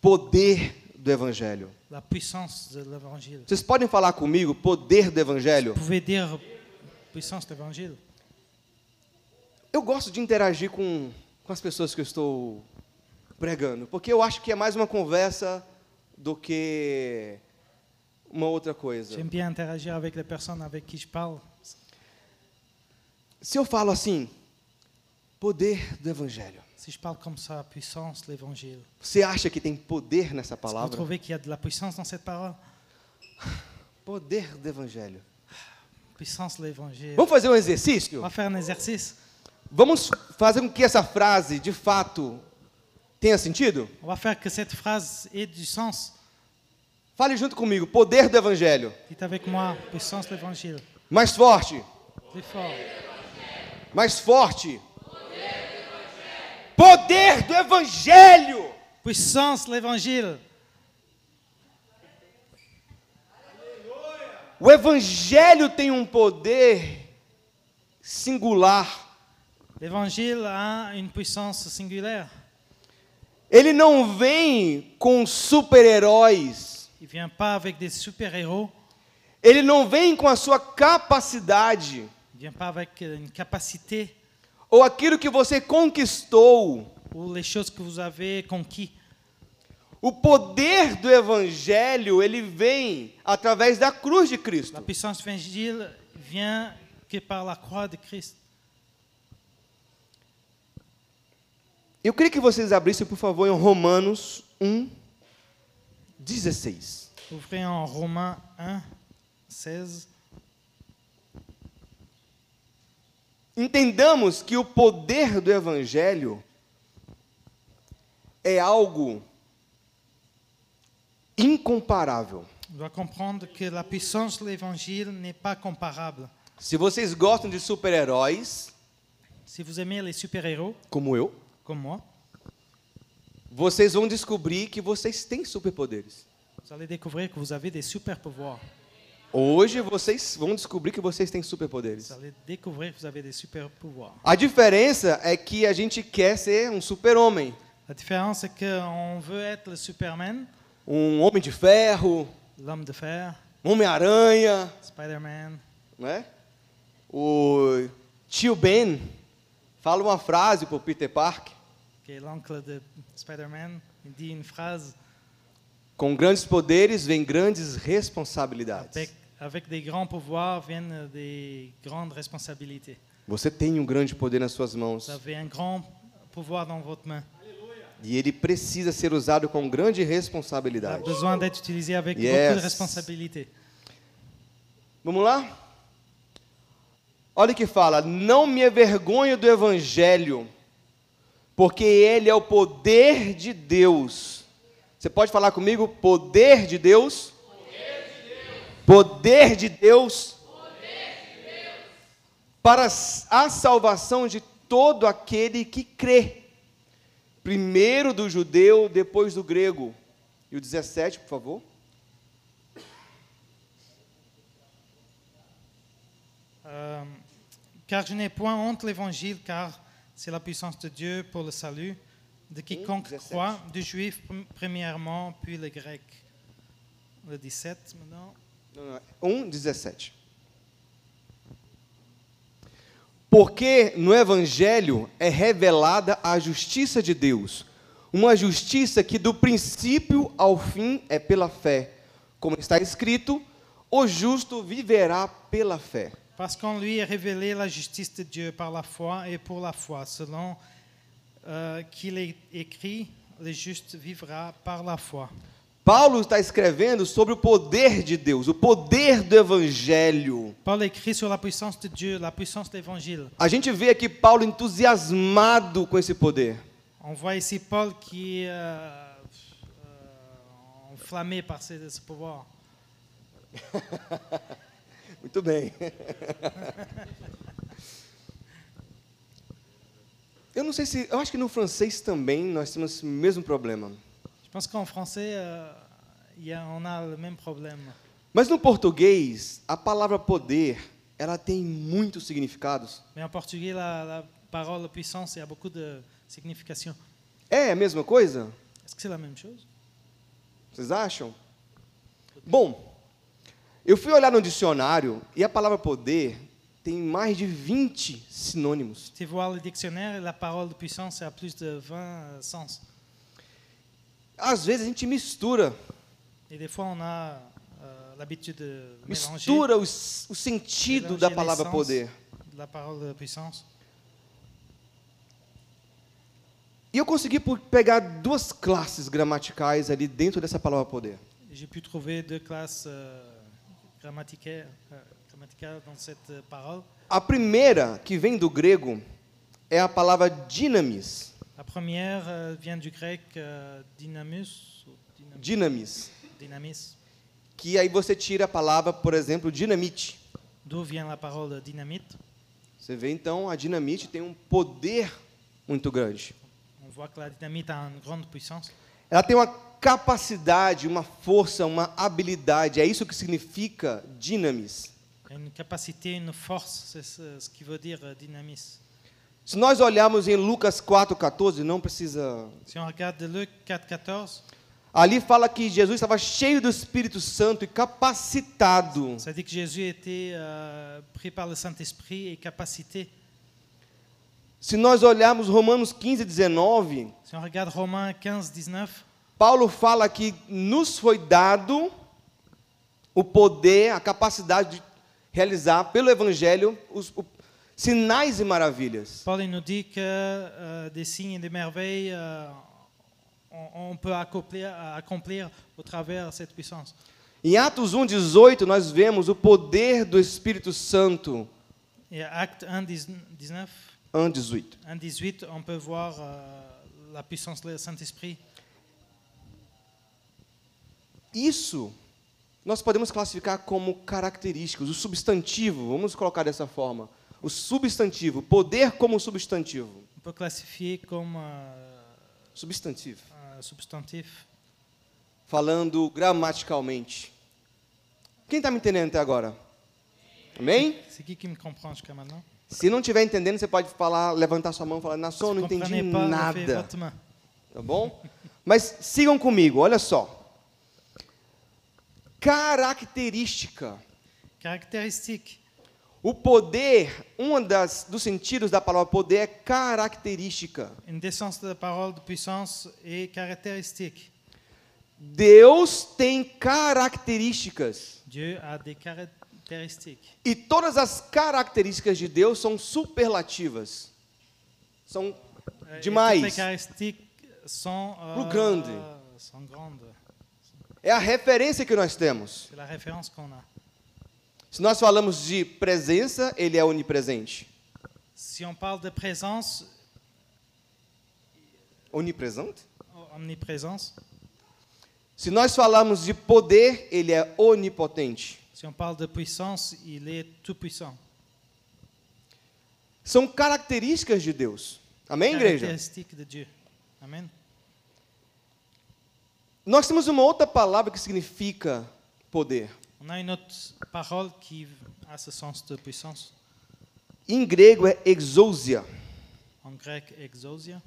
[SPEAKER 1] Poder do Evangelho.
[SPEAKER 2] La puissance de l'évangile.
[SPEAKER 1] Vocês podem falar comigo, poder do Evangelho?
[SPEAKER 2] Vous pouvez dire puissance de l'évangile.
[SPEAKER 1] Eu gosto de interagir com, com as pessoas que eu estou pregando, porque eu acho que é mais uma conversa do que uma outra coisa.
[SPEAKER 2] J'aime bien interagir avec les personnes avec qui je parle.
[SPEAKER 1] Se eu falo assim, poder do Evangelho,
[SPEAKER 2] Si je parle comme ça, puissance de l'évangile.
[SPEAKER 1] você acha que tem poder nessa
[SPEAKER 2] Est-ce que Vous
[SPEAKER 1] palavra?
[SPEAKER 2] trouvez qu'il y a de la puissance dans cette parole
[SPEAKER 1] Poder do Evangelho.
[SPEAKER 2] Puissance de l'évangile.
[SPEAKER 1] Vamos fazer um
[SPEAKER 2] On
[SPEAKER 1] exercício?
[SPEAKER 2] va faire un exercice.
[SPEAKER 1] Vamos fazer com que essa frase, de fato, tenha sentido?
[SPEAKER 2] On va faire que cette phrase ait du sens.
[SPEAKER 1] Fale junto comigo, poder do Evangelho.
[SPEAKER 2] Dites avec moi, puissance de l'évangile.
[SPEAKER 1] Mais forte,
[SPEAKER 2] Plus fort.
[SPEAKER 1] mais forte. Poder do Evangelho.
[SPEAKER 2] Puissance de l'évangile.
[SPEAKER 1] O Evangelho tem um poder singular.
[SPEAKER 2] L'évangile a une puissance singulière.
[SPEAKER 1] Ele não vem com super-heróis.
[SPEAKER 2] Il vient pas avec des super-héros.
[SPEAKER 1] Ele não vem com a sua capacidade
[SPEAKER 2] Il vient pas avec euh, une capacité
[SPEAKER 1] ou aquilo que você conquistou.
[SPEAKER 2] ou les choses que vous avez conquis.
[SPEAKER 1] O poder do evangelho, ele vem através da cruz de
[SPEAKER 2] La
[SPEAKER 1] Cristo.
[SPEAKER 2] puissance de l'évangile vient que par la croix de Christ.
[SPEAKER 1] Eu queria que vocês abrissem, por favor, em Romanos 1, 16.
[SPEAKER 2] Ouvrez en Romains 1, 16.
[SPEAKER 1] Entendamos que o poder do evangelho é algo incomparável.
[SPEAKER 2] On doit comprendre que la puissance de l'évangile n'est pas comparable.
[SPEAKER 1] Se vocês gostam de super-heróis,
[SPEAKER 2] Si vous aimez les super-héros,
[SPEAKER 1] como eu,
[SPEAKER 2] comme moi,
[SPEAKER 1] vocês vão descobrir que vocês têm superpoderes.
[SPEAKER 2] vous allez découvrir que vous avez des super pouvoirs.
[SPEAKER 1] Hoje vocês vão descobrir que vocês têm superpoderes.
[SPEAKER 2] Vous allez découvrir que vous avez des super pouvoirs.
[SPEAKER 1] A diferença é que a gente quer ser um super-homem,
[SPEAKER 2] La différence, c'est qu'on veut être le Superman,
[SPEAKER 1] um homem de ferro,
[SPEAKER 2] l'homme de fer,
[SPEAKER 1] um Homem-Aranha,
[SPEAKER 2] Spider-Man.
[SPEAKER 1] né? O tio Ben fala uma frase pro Peter Park:
[SPEAKER 2] qui est l'oncle de Spider-Man, il dit une phrase
[SPEAKER 1] com grandes poderes vem grandes responsabilidades.
[SPEAKER 2] avec, avec des grands pouvoirs viennent des grandes responsabilités.
[SPEAKER 1] Você tem um grande poder nas suas mãos
[SPEAKER 2] Vous avez un grand pouvoir dans votre main.
[SPEAKER 1] e ele precisa ser usado com grande
[SPEAKER 2] Il a
[SPEAKER 1] responsabilidade.
[SPEAKER 2] besoin d'être utilisé avec
[SPEAKER 1] Yes.
[SPEAKER 2] beaucoup de responsabilités.
[SPEAKER 1] Vamos lá? Olha o que fala: Não me envergonho do Evangelho, porque ele é o poder de Deus. Você pode falar comigo? Poder de Deus? Poder de Deus. Poder de Deus. Para a salvação de todo aquele que crê. Primeiro do judeu, depois do grego. E o 17, por favor.
[SPEAKER 2] Euh, car je n'ai point honte de l'évangile, car c'est la puissance de Dieu pour le salut de quiconque
[SPEAKER 1] 17.
[SPEAKER 2] croit, du juif pr- premièrement, puis le grec. Le 17 maintenant.
[SPEAKER 1] Não, não, é 1,17. Porque no Evangelho é revelada a justiça de Deus, uma justiça que do princípio ao fim é pela fé, Como está escrito, o justo viverá pela fé.
[SPEAKER 2] Parce qu'en lui est révélée la justice de Dieu par la foi et pour la foi, selon euh, qu'il est écrit, le juste vivra par la foi.
[SPEAKER 1] Paulo está escrevendo sobre o poder de Deus, o poder do evangelho.
[SPEAKER 2] Paul écrit sur la puissance de Dieu, la puissance de l'Évangile.
[SPEAKER 1] A gente vê aqui Paulo entusiasmado com esse poder.
[SPEAKER 2] On voit ici Paul qui est euh, euh, enflammé par ce, ce pouvoir.
[SPEAKER 1] Muito bem. Eu não sei se, eu acho que no francês também nós temos esse mesmo problema.
[SPEAKER 2] Je pense qu'en français, euh, il y a- on a le même problème.
[SPEAKER 1] Mas no português, a palavra poder, ela tem muitos significados.
[SPEAKER 2] Mais en portugais, la, la parole puissance, il y a beaucoup de significations.
[SPEAKER 1] É a mesma coisa?
[SPEAKER 2] Est-ce que c'est la même chose
[SPEAKER 1] Vocês acham? Bom, eu fui olhar no dicionário e a palavra poder tem mais de 20 sinônimos.
[SPEAKER 2] Tu voir le dictionnaire, et la parole puissance, il y a plus de 20 euh, sens.
[SPEAKER 1] Às vezes a gente mistura,
[SPEAKER 2] Et des fois, on a euh, l'habitude de mélanger
[SPEAKER 1] mistura os- o sentido da palavra poder.
[SPEAKER 2] la parole puissance.
[SPEAKER 1] E eu consegui pu- pegar duas classes gramaticais ali dentro dessa palavra poder.
[SPEAKER 2] J'ai pu trouver deux classes euh, grammaticales, euh, grammaticales dans cette euh, parole.
[SPEAKER 1] A primeira, que vem do grego, é a palavra dinamis.
[SPEAKER 2] La première euh, vient du grec euh, dynamus, ou dynam-
[SPEAKER 1] Dinamis.
[SPEAKER 2] dynamis,
[SPEAKER 1] Que aí você tira a palavra, por exemplo, dinamite.
[SPEAKER 2] d'où vient la parole dynamite.
[SPEAKER 1] Você vê então a dinamite tem um poder muito grande.
[SPEAKER 2] On voit que la dynamite a une grande puissance.
[SPEAKER 1] Ela tem uma capacidade, uma força, uma habilidade. É isso que significa dinamis.
[SPEAKER 2] Elle a Une capacité, une force, c'est ce, ce qui veut dire euh, dynamis.
[SPEAKER 1] Se nós olharmos em Lucas 4:14, não precisa.
[SPEAKER 2] Si on regarde Luc 4,14,
[SPEAKER 1] Ali fala que Jesus estava cheio do Espírito Santo e capacitado.
[SPEAKER 2] ça dit que Jésus était euh, pris par le Saint-Esprit et capacité.
[SPEAKER 1] Se nós olharmos Romanos 15:19,
[SPEAKER 2] Si on regarde Romains 15, 19,
[SPEAKER 1] Paulo fala que nos foi dado o poder, a capacidade de realizar pelo Evangelho os o- sinais e maravilhas.
[SPEAKER 2] Paul il nous dit que euh, des signes et des merveilles, euh, on, on peut accomplir, accomplir au travers de cette puissance.
[SPEAKER 1] Em Atos 1,18, nós vemos o poder do Espírito Santo.
[SPEAKER 2] Et Acte 1, 19,
[SPEAKER 1] 1, 18.
[SPEAKER 2] 1, 18, on peut voir euh, la puissance du Saint-Esprit.
[SPEAKER 1] Isso nós podemos classificar como característicos, o substantivo, vamos colocar dessa forma. O substantivo, poder como substantivo.
[SPEAKER 2] On peut classifier comme euh,
[SPEAKER 1] Substantivo.
[SPEAKER 2] un substantif.
[SPEAKER 1] falando gramaticalmente. Quem está me entendendo até agora? Amém?
[SPEAKER 2] C'est qui qui me comprend jusqu'à maintenant
[SPEAKER 1] Se não estiver entendendo, você pode falar, levantar sua mão e falar, na
[SPEAKER 2] Si vous
[SPEAKER 1] sua não entendi
[SPEAKER 2] comprenez pas, levez
[SPEAKER 1] nada.
[SPEAKER 2] votre main.
[SPEAKER 1] Tá bom? Mas sigam comigo, olha só. Característica.
[SPEAKER 2] Caractéristique.
[SPEAKER 1] O poder, um das, dos sentidos da palavra poder é característica.
[SPEAKER 2] Une décence de parole de puissance et caractéristique.
[SPEAKER 1] Deus tem características.
[SPEAKER 2] Dieu a des caractéristiques.
[SPEAKER 1] E todas as características de Deus são superlativas. São
[SPEAKER 2] Euh, et toutes les
[SPEAKER 1] demais.
[SPEAKER 2] caractéristiques sont, euh,
[SPEAKER 1] Plus grande.
[SPEAKER 2] sont grandes.
[SPEAKER 1] É a referência que nós temos.
[SPEAKER 2] C'est la référence qu'on a.
[SPEAKER 1] Se nós falamos de presença, ele é onipresente.
[SPEAKER 2] Si on parle de présence,
[SPEAKER 1] Onipresente?
[SPEAKER 2] omniprésence.
[SPEAKER 1] Se nós falamos de poder, ele é onipotente.
[SPEAKER 2] Si on parle de puissance, il est tout puissant.
[SPEAKER 1] São características de Deus. Amém, igreja?
[SPEAKER 2] Caractéristique de Dieu. Amen.
[SPEAKER 1] Nós temos uma outra palavra que significa poder.
[SPEAKER 2] On a une autre parole qui a ce sens de puissance.
[SPEAKER 1] Em grego é exousia
[SPEAKER 2] En grec, exousia.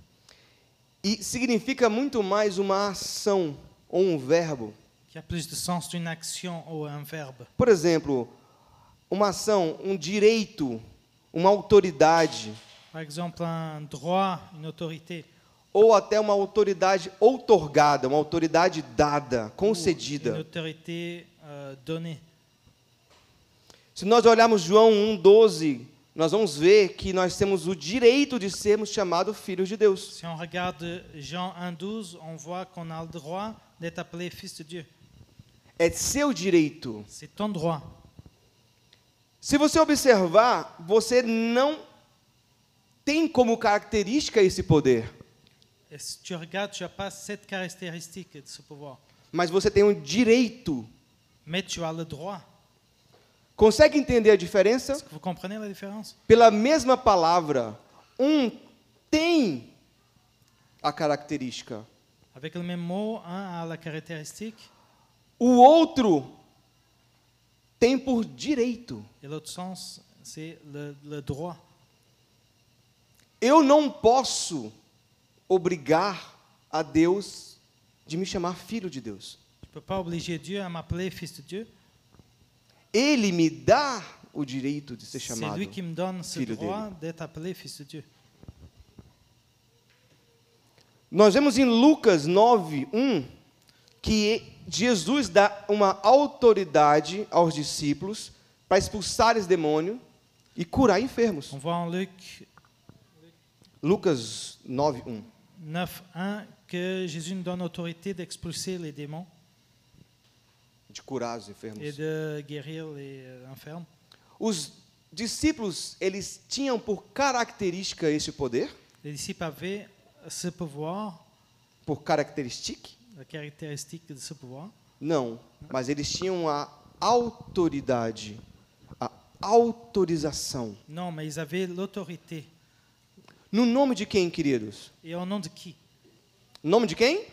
[SPEAKER 1] e significa muito mais uma ação ou um verbo.
[SPEAKER 2] qui a plus de sens d'une action ou un verbe.
[SPEAKER 1] Por exemplo, uma ação, um direito, uma autoridade,
[SPEAKER 2] Par exemple, un droit, une autorité,
[SPEAKER 1] ou até uma autoridade outorgada, uma autoridade dada,
[SPEAKER 2] une
[SPEAKER 1] concedida.
[SPEAKER 2] autorité euh, donnée.
[SPEAKER 1] Se nós olharmos João 1,12, nós vamos ver que nós temos o direito de sermos chamados filhos de Deus.
[SPEAKER 2] Si on regarde Jean 1.12, on voit qu'on a le droit d'être appelé fils de Dieu.
[SPEAKER 1] É seu direito.
[SPEAKER 2] C'est ton droit.
[SPEAKER 1] Se você observar, você não tem como característica esse poder,
[SPEAKER 2] Et si tu regardes, tu n'as pas cette caractéristique de ce pouvoir,
[SPEAKER 1] mas você tem um direito.
[SPEAKER 2] mais tu as le droit.
[SPEAKER 1] Consegue entender a diferença?
[SPEAKER 2] Est-ce que vous comprenez la différence
[SPEAKER 1] pela mesma palavra, um tem a característica,
[SPEAKER 2] Avec le même mot, un a la caractéristique
[SPEAKER 1] o outro tem por direito.
[SPEAKER 2] et l'autre sens, c'est le, le droit.
[SPEAKER 1] Eu não posso obrigar a Deus de me chamar filho de Deus.
[SPEAKER 2] Tu ne peux pas obliger Dieu à m'appeler fils de Dieu.
[SPEAKER 1] Ele me dá o direito de ser
[SPEAKER 2] C'est
[SPEAKER 1] chamado.
[SPEAKER 2] lui qui me donne ce
[SPEAKER 1] fils de
[SPEAKER 2] droit d'être appelé fils de Dieu.
[SPEAKER 1] Nós vemos em Lucas 9, 1, que Jesus dá uma autoridade aos discípulos para expulsar esse demônio e curar enfermos.
[SPEAKER 2] On voit en Luc
[SPEAKER 1] Lucas um, 9, 1.
[SPEAKER 2] 9.1 que Jésus nous donne autorité d'expulser les démons
[SPEAKER 1] De curar os
[SPEAKER 2] et
[SPEAKER 1] enfermos.
[SPEAKER 2] de guérir les euh, infirmes.
[SPEAKER 1] Os discípulos, eles tinham por característica esse poder,
[SPEAKER 2] Les disciples avaient ce pouvoir,
[SPEAKER 1] por característica?
[SPEAKER 2] la caractéristique de ce pouvoir,
[SPEAKER 1] Não, mas eles tinham a autoridade, a autorização.
[SPEAKER 2] Non, mais ils avaient l'autorité.
[SPEAKER 1] No nome de quem, queridos?
[SPEAKER 2] Et au nom de qui
[SPEAKER 1] No nome de quem?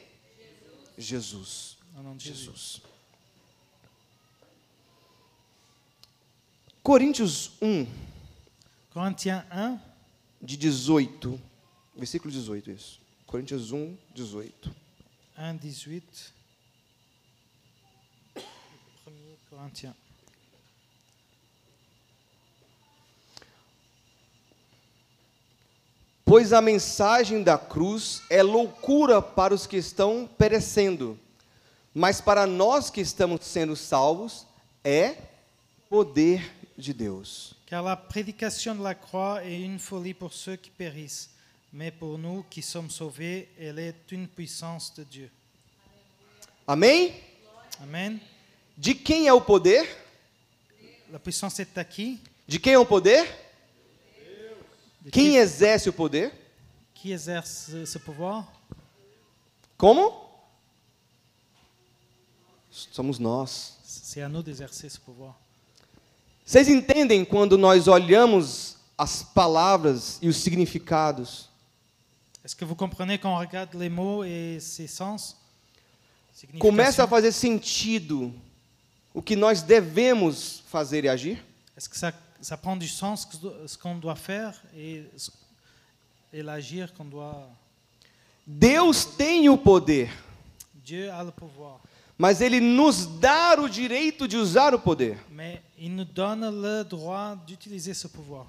[SPEAKER 1] Jesus.
[SPEAKER 2] Au nom de Jésus.
[SPEAKER 1] Jesus. Coríntios 1,
[SPEAKER 2] Corinthiens 1,
[SPEAKER 1] de 18, versículo 18, isso. Coríntios 1, 18.
[SPEAKER 2] 1, 18. 1 Corinthiens.
[SPEAKER 1] Pois a mensagem da cruz é loucura para os que estão perecendo, mas para nós que estamos sendo salvos é poder de Deus.
[SPEAKER 2] Car la prédication de la croix est une folie pour ceux qui périssent, mais pour nous qui sommes sauvés, elle est une puissance de Dieu.
[SPEAKER 1] Amém?
[SPEAKER 2] Amen.
[SPEAKER 1] De quem é o poder?
[SPEAKER 2] La puissance est à qui
[SPEAKER 1] De quem é o poder?
[SPEAKER 2] De
[SPEAKER 1] Quem
[SPEAKER 2] qui,
[SPEAKER 1] exerce o poder?
[SPEAKER 2] qui exerce ce- ce pouvoir
[SPEAKER 1] Como? Somos nós.
[SPEAKER 2] C'est à nous d'exercer ce pouvoir.
[SPEAKER 1] Vocês entendem quando nós olhamos as palavras e os significados?
[SPEAKER 2] Est-ce que vous comprenez quand on regarde les mots et ses sens Signification.
[SPEAKER 1] começa a fazer sentido o que nós devemos fazer e agir?
[SPEAKER 2] Est-ce que ça, ça prend du sens que ce- ce qu'on doit faire et, ce- et l'agir qu'on doit.
[SPEAKER 1] Deus tem o poder,
[SPEAKER 2] Dieu a le pouvoir,
[SPEAKER 1] mas ele nos dá o direito de usar o poder.
[SPEAKER 2] mais il nous donne le droit d'utiliser ce pouvoir.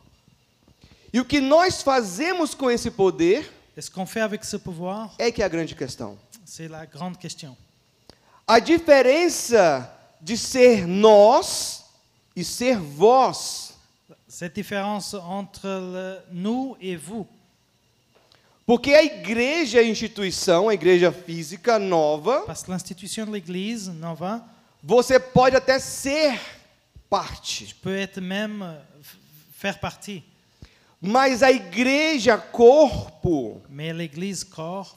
[SPEAKER 1] E o que nós fazemos com esse poder
[SPEAKER 2] Et ce qu'on fait avec ce pouvoir,
[SPEAKER 1] é que é a grande questão.
[SPEAKER 2] c'est la grande question.
[SPEAKER 1] A diferença de ser nós e ser vós,
[SPEAKER 2] Cette différence entre le nous et vous,
[SPEAKER 1] porque a igreja, é a instituição, a igreja física nova,
[SPEAKER 2] parce que l'institution de l'Église, Nova,
[SPEAKER 1] você pode até ser parte.
[SPEAKER 2] peut être même euh, f- faire partie,
[SPEAKER 1] Mas a igreja corpo,
[SPEAKER 2] mais l'Église corps,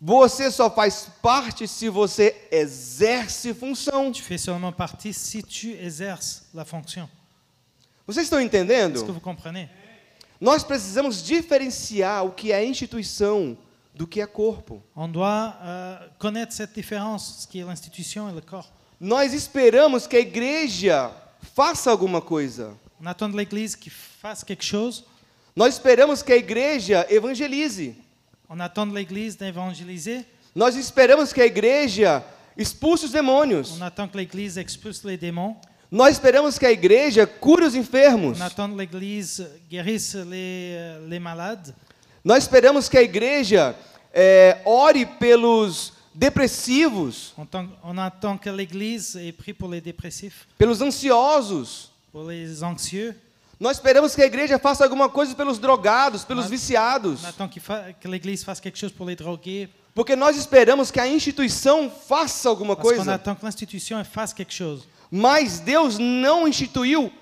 [SPEAKER 1] você só faz parte se você exerce função.
[SPEAKER 2] tu fais seulement partie si tu exerces la fonction.
[SPEAKER 1] Vocês estão
[SPEAKER 2] Est-ce que
[SPEAKER 1] entendendo?
[SPEAKER 2] vous comprenez
[SPEAKER 1] Nós precisamos diferenciar o que é instituição do que é corpo.
[SPEAKER 2] On doit euh, connaître cette différence, ce qui est l'institution et le corps.
[SPEAKER 1] Nós esperamos que a igreja faça alguma coisa.
[SPEAKER 2] On attend de l'Église qu'il fasse quelque chose.
[SPEAKER 1] Nós esperamos que a igreja evangelize.
[SPEAKER 2] On attend de l'Église d'évangéliser.
[SPEAKER 1] Nós esperamos que a igreja expulse os demônios.
[SPEAKER 2] On attend que l'Église expulse les démons.
[SPEAKER 1] Nós esperamos que a igreja cure os enfermos.
[SPEAKER 2] On attend de l'Église guérisse les, euh, les malades.
[SPEAKER 1] Nós esperamos que a igreja é, ore pelos depressivos,
[SPEAKER 2] En tant, en tant que l'Église est prie pour les dépressifs,
[SPEAKER 1] pelos ansiosos.
[SPEAKER 2] pour les anxieux,
[SPEAKER 1] Nós esperamos que a igreja faça alguma coisa pelos drogados, pelos
[SPEAKER 2] Mas-
[SPEAKER 1] viciados,
[SPEAKER 2] on attend qu'il fa- que l'Église fasse quelque chose pour les drogués,
[SPEAKER 1] porque nós esperamos que a instituição faça alguma
[SPEAKER 2] parce qu'on
[SPEAKER 1] coisa.
[SPEAKER 2] attend que l'institution elle fasse quelque chose.
[SPEAKER 1] Mas Deus não instituiu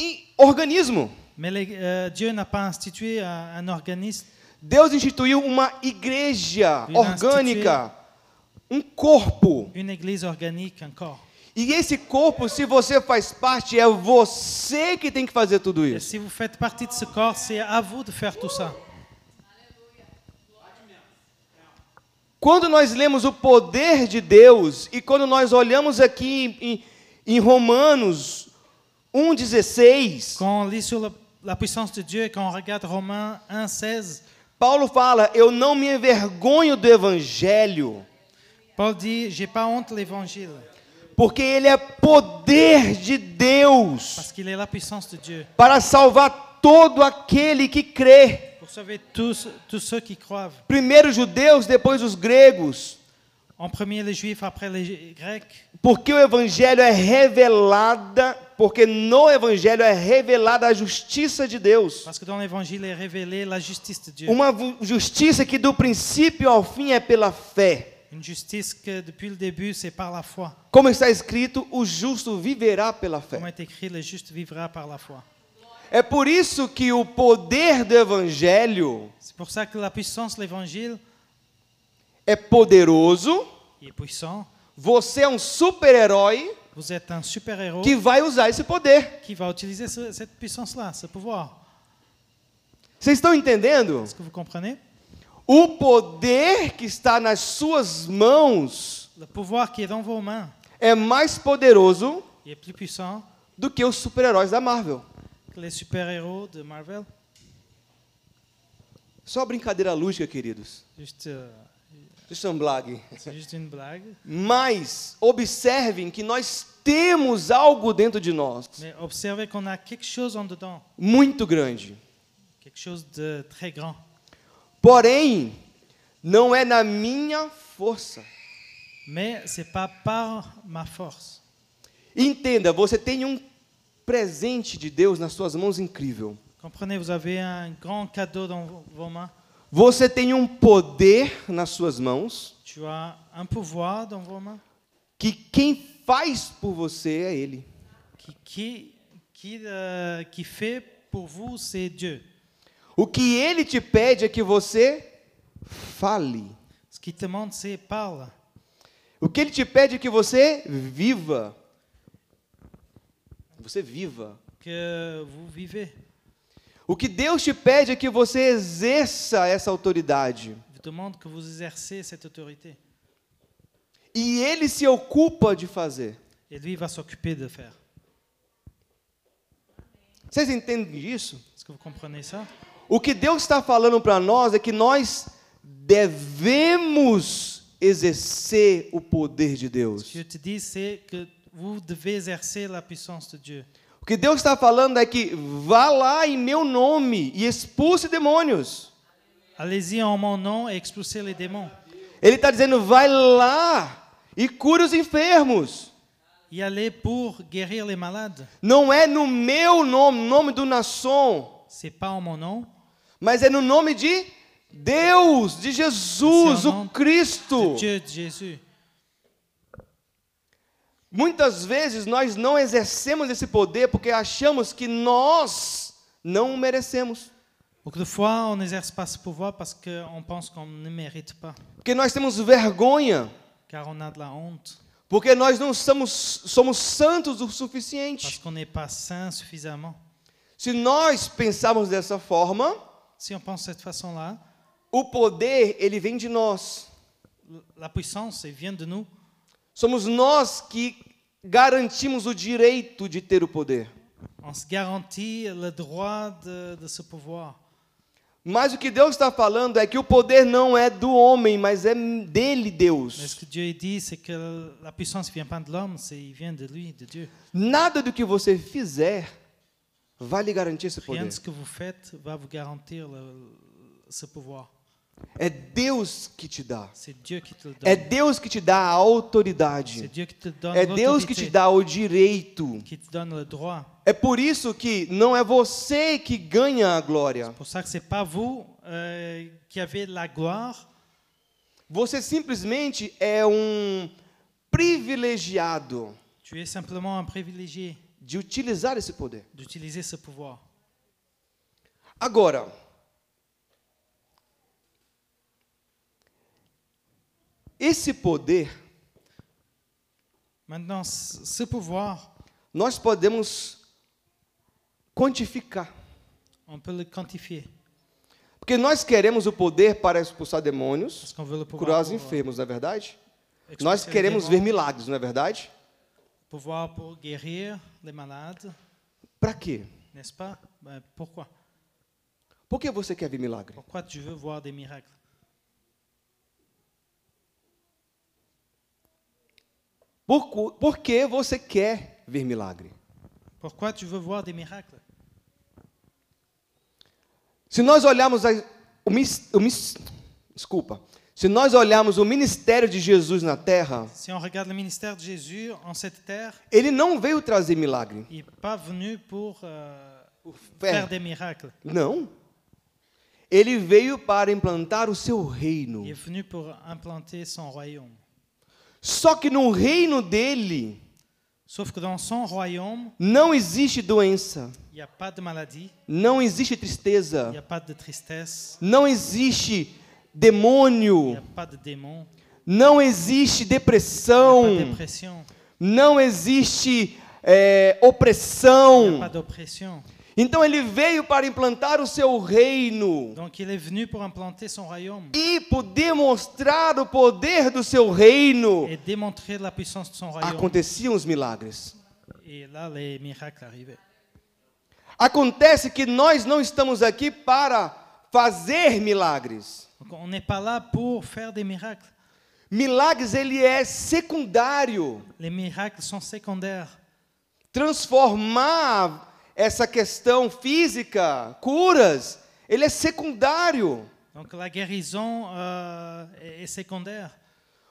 [SPEAKER 1] i- organismo.
[SPEAKER 2] Mais les- euh, Dieu n'a pas institué un, un organisme,
[SPEAKER 1] Deus instituiu uma igreja
[SPEAKER 2] Ele
[SPEAKER 1] orgânica, um corpo.
[SPEAKER 2] une Église organique, un corps.
[SPEAKER 1] E esse corpo, se você faz parte, é você que tem que fazer tudo
[SPEAKER 2] Et
[SPEAKER 1] isso.
[SPEAKER 2] si vous faites partie de ce corps, c'est à vous de faire tout ça.
[SPEAKER 1] Quando nós lemos o poder de Deus e quando nós olhamos aqui em, em Romanos 1,16,
[SPEAKER 2] Quand on lit sur le- la puissance de Dieu et quand on regarde Romains 1, 16,
[SPEAKER 1] Paulo fala: Eu não me envergonho do evangelho,
[SPEAKER 2] Paul dit J'ai pas honte de l'évangile,
[SPEAKER 1] porque ele é poder de Deus
[SPEAKER 2] parce qu'il est la puissance de Dieu
[SPEAKER 1] para salvar todo aquele que crê.
[SPEAKER 2] pour sauver tous, tous ceux qui croient.
[SPEAKER 1] Primeiro os judeus, depois os gregos,
[SPEAKER 2] En premier les Juifs, après les Grecs,
[SPEAKER 1] porque o evangelho é revelada, porque no evangelho é revelada a justiça de Deus.
[SPEAKER 2] parce que dans l'évangile est révélée la justice de Dieu.
[SPEAKER 1] Uma vu- justiça que do princípio ao fim é pela fé.
[SPEAKER 2] Une justice que depuis le début, c'est par la foi.
[SPEAKER 1] Como está escrito, o justo viverá pela
[SPEAKER 2] Comme
[SPEAKER 1] fé.
[SPEAKER 2] est écrit, le juste vivra par la foi.
[SPEAKER 1] É por isso que o poder do evangelho
[SPEAKER 2] C'est pour ça que la puissance de l'évangile
[SPEAKER 1] é poderoso.
[SPEAKER 2] il est puissant.
[SPEAKER 1] Você é um super-herói
[SPEAKER 2] Vous êtes un super-héros
[SPEAKER 1] que vai usar esse poder.
[SPEAKER 2] qui va utiliser ce- cette puissance-là, ce pouvoir.
[SPEAKER 1] Vocês estão entendendo?
[SPEAKER 2] Est-ce que vous comprenez
[SPEAKER 1] O poder que está nas suas mãos
[SPEAKER 2] Le pouvoir qui est dans vos mains,
[SPEAKER 1] é mais poderoso
[SPEAKER 2] il est plus puissant
[SPEAKER 1] do que os super-heróis da Marvel.
[SPEAKER 2] que les super-héros de Marvel.
[SPEAKER 1] Só brincadeira lúdica, queridos.
[SPEAKER 2] Juste, euh,
[SPEAKER 1] Deixa eu blague.
[SPEAKER 2] c'est juste une blague.
[SPEAKER 1] Mas observem que nós temos algo dentro de nós
[SPEAKER 2] Mais observez qu'on a quelque chose en dedans,
[SPEAKER 1] muito grande.
[SPEAKER 2] quelque chose de très grand.
[SPEAKER 1] Porém, não é na minha força.
[SPEAKER 2] Mais c'est pas par ma force.
[SPEAKER 1] Entenda, você tem um presente de Deus nas suas mãos incrível.
[SPEAKER 2] Comprenez, vous avez un grand cadeau dans vos mains.
[SPEAKER 1] Você tem um poder nas suas mãos
[SPEAKER 2] Tu as un pouvoir dans vos mains
[SPEAKER 1] que quem faz por você é ele.
[SPEAKER 2] qui, qui, qui, euh, qui fait pour vous, c'est Dieu.
[SPEAKER 1] O que ele te pede é que você fale.
[SPEAKER 2] Ce qu'il te demande, c'est parle.
[SPEAKER 1] O que ele te pede é que você viva. Você viva.
[SPEAKER 2] que vous vivez.
[SPEAKER 1] O que Deus te pede é que você exerça essa autoridade.
[SPEAKER 2] Il vous demande que vous exercez cette autorité.
[SPEAKER 1] E Ele se ocupa de fazer.
[SPEAKER 2] Et lui, il va s'occuper de faire.
[SPEAKER 1] Vocês entendem isso?
[SPEAKER 2] Est-ce que vous comprenez ça
[SPEAKER 1] O que Deus está falando para nós é que nós devemos exercer o poder de
[SPEAKER 2] Ce que
[SPEAKER 1] Deus.
[SPEAKER 2] je te dis, c'est que vous devez exercer la puissance de Dieu.
[SPEAKER 1] O que Deus está falando é que vá lá em meu nome e expulse demônios.
[SPEAKER 2] Allez-y en mon nom et expulsez les démons.
[SPEAKER 1] Ele está dizendo, vai lá e cura os enfermos.
[SPEAKER 2] Y allez pour guérir les malades.
[SPEAKER 1] Não é no meu nome, no nome do Nasson.
[SPEAKER 2] C'est pas en mon nom,
[SPEAKER 1] Mas é no nome de Deus, de Jesus,
[SPEAKER 2] Esse é o
[SPEAKER 1] o
[SPEAKER 2] nome
[SPEAKER 1] Cristo.
[SPEAKER 2] de Dieu, de Jésus.
[SPEAKER 1] Muitas vezes nós não exercemos esse poder porque achamos que nós não o merecemos.
[SPEAKER 2] Beaucoup de fois, on n'exerce pas ce pouvoir parce qu'on pense qu'on ne mérite pas,
[SPEAKER 1] Porque nós temos vergonha.
[SPEAKER 2] car on a de la honte,
[SPEAKER 1] Porque nós não somos, somos santos o
[SPEAKER 2] parce
[SPEAKER 1] suficiente.
[SPEAKER 2] qu'on n'est pas saint suffisamment.
[SPEAKER 1] Se nós pensarmos dessa forma,
[SPEAKER 2] Si on pense de cette façon-là,
[SPEAKER 1] o poder ele vem de nós.
[SPEAKER 2] la puissance elle vient de nous.
[SPEAKER 1] Somos nós que garantimos o direito de ter o poder.
[SPEAKER 2] On se garantit le droit de, de ce pouvoir.
[SPEAKER 1] Mas o que Deus está falando é que o poder não é do homem, mas é dele,
[SPEAKER 2] Mais ce
[SPEAKER 1] Deus.
[SPEAKER 2] que Dieu dit, c'est que la puissance ne vient pas de l'homme, c'est il vient de lui, de Dieu.
[SPEAKER 1] Nada do que você fizer vai lhe garantir esse
[SPEAKER 2] Rien de
[SPEAKER 1] poder.
[SPEAKER 2] ce que vous faites va vous garantir le- ce pouvoir.
[SPEAKER 1] É Deus que te dá.
[SPEAKER 2] C'est Dieu qui te le
[SPEAKER 1] É
[SPEAKER 2] donne.
[SPEAKER 1] Deus que te dá a
[SPEAKER 2] C'est
[SPEAKER 1] autoridade.
[SPEAKER 2] Dieu qui te donne
[SPEAKER 1] É Deus que te
[SPEAKER 2] l'autorité,
[SPEAKER 1] dá o direito.
[SPEAKER 2] qui te donne le droit.
[SPEAKER 1] É por isso que não é você que ganha a glória.
[SPEAKER 2] C'est pour ça que c'est pas vous euh, qui avez la gloire,
[SPEAKER 1] Você simplesmente é um privilegiado
[SPEAKER 2] tu es simplement un privilégié
[SPEAKER 1] de utilizar esse poder.
[SPEAKER 2] d'utiliser ce pouvoir.
[SPEAKER 1] Agora, esse poder
[SPEAKER 2] Maintenant, c- ce pouvoir,
[SPEAKER 1] nós podemos quantificar.
[SPEAKER 2] on peut le quantifier.
[SPEAKER 1] Porque nós queremos o poder para expulsar demônios,
[SPEAKER 2] Parce qu'on veut le pouvoir
[SPEAKER 1] curar os
[SPEAKER 2] pour, euh,
[SPEAKER 1] enfermos, não é verdade?
[SPEAKER 2] expulser
[SPEAKER 1] Nós
[SPEAKER 2] les
[SPEAKER 1] queremos ver
[SPEAKER 2] démons,
[SPEAKER 1] milagres, não é verdade?
[SPEAKER 2] pouvoir pour guérir les malades,
[SPEAKER 1] Para quê?
[SPEAKER 2] n'est-ce pas Ben, Pourquoi
[SPEAKER 1] Por que você quer ver milagre?
[SPEAKER 2] Pourquoi tu veux voir des miracles
[SPEAKER 1] Por, cu- por que você quer ver milagre?
[SPEAKER 2] Pourquoi tu veux voir des miracles
[SPEAKER 1] Se nós olharmos a, o, mis- o mis- desculpa, se nós olharmos o ministério de Jesus na Terra,
[SPEAKER 2] Si on regarde le ministère de Jésus en cette terre,
[SPEAKER 1] ele não veio trazer milagre.
[SPEAKER 2] il n'est pas venu pour euh,
[SPEAKER 1] Fer-
[SPEAKER 2] faire des miracles.
[SPEAKER 1] Não. Ele veio para implantar o seu reino.
[SPEAKER 2] Il est venu pour implanter son royaume.
[SPEAKER 1] Só que no reino dele
[SPEAKER 2] Sauf que dans son royaume,
[SPEAKER 1] não existe doença,
[SPEAKER 2] il n'y a pas de maladie,
[SPEAKER 1] não existe
[SPEAKER 2] il
[SPEAKER 1] tristeza,
[SPEAKER 2] n'y a pas de tristesse,
[SPEAKER 1] não existe
[SPEAKER 2] il n'y a
[SPEAKER 1] demônio,
[SPEAKER 2] pas de démon,
[SPEAKER 1] não existe depressão,
[SPEAKER 2] il n'y a pas de dépression,
[SPEAKER 1] não existe é,
[SPEAKER 2] il n'y a
[SPEAKER 1] opressão.
[SPEAKER 2] pas d'oppression.
[SPEAKER 1] Então ele veio para implantar o seu reino
[SPEAKER 2] Donc il est venu pour implanter son royaume
[SPEAKER 1] e poder mostrar o poder do seu reino.
[SPEAKER 2] et démontrer la puissance de son royaume.
[SPEAKER 1] Aconteciam os milagres.
[SPEAKER 2] Et là, les miracles arrivaient.
[SPEAKER 1] Acontece que nós não estamos aqui para fazer milagres.
[SPEAKER 2] Donc on n'est pas là pour faire des miracles.
[SPEAKER 1] Milagres ele é secundário.
[SPEAKER 2] Les miracles sont secondaires.
[SPEAKER 1] Transformar essa questão física, curas, ele é secundário.
[SPEAKER 2] Donc la guérison euh, est est secondaire.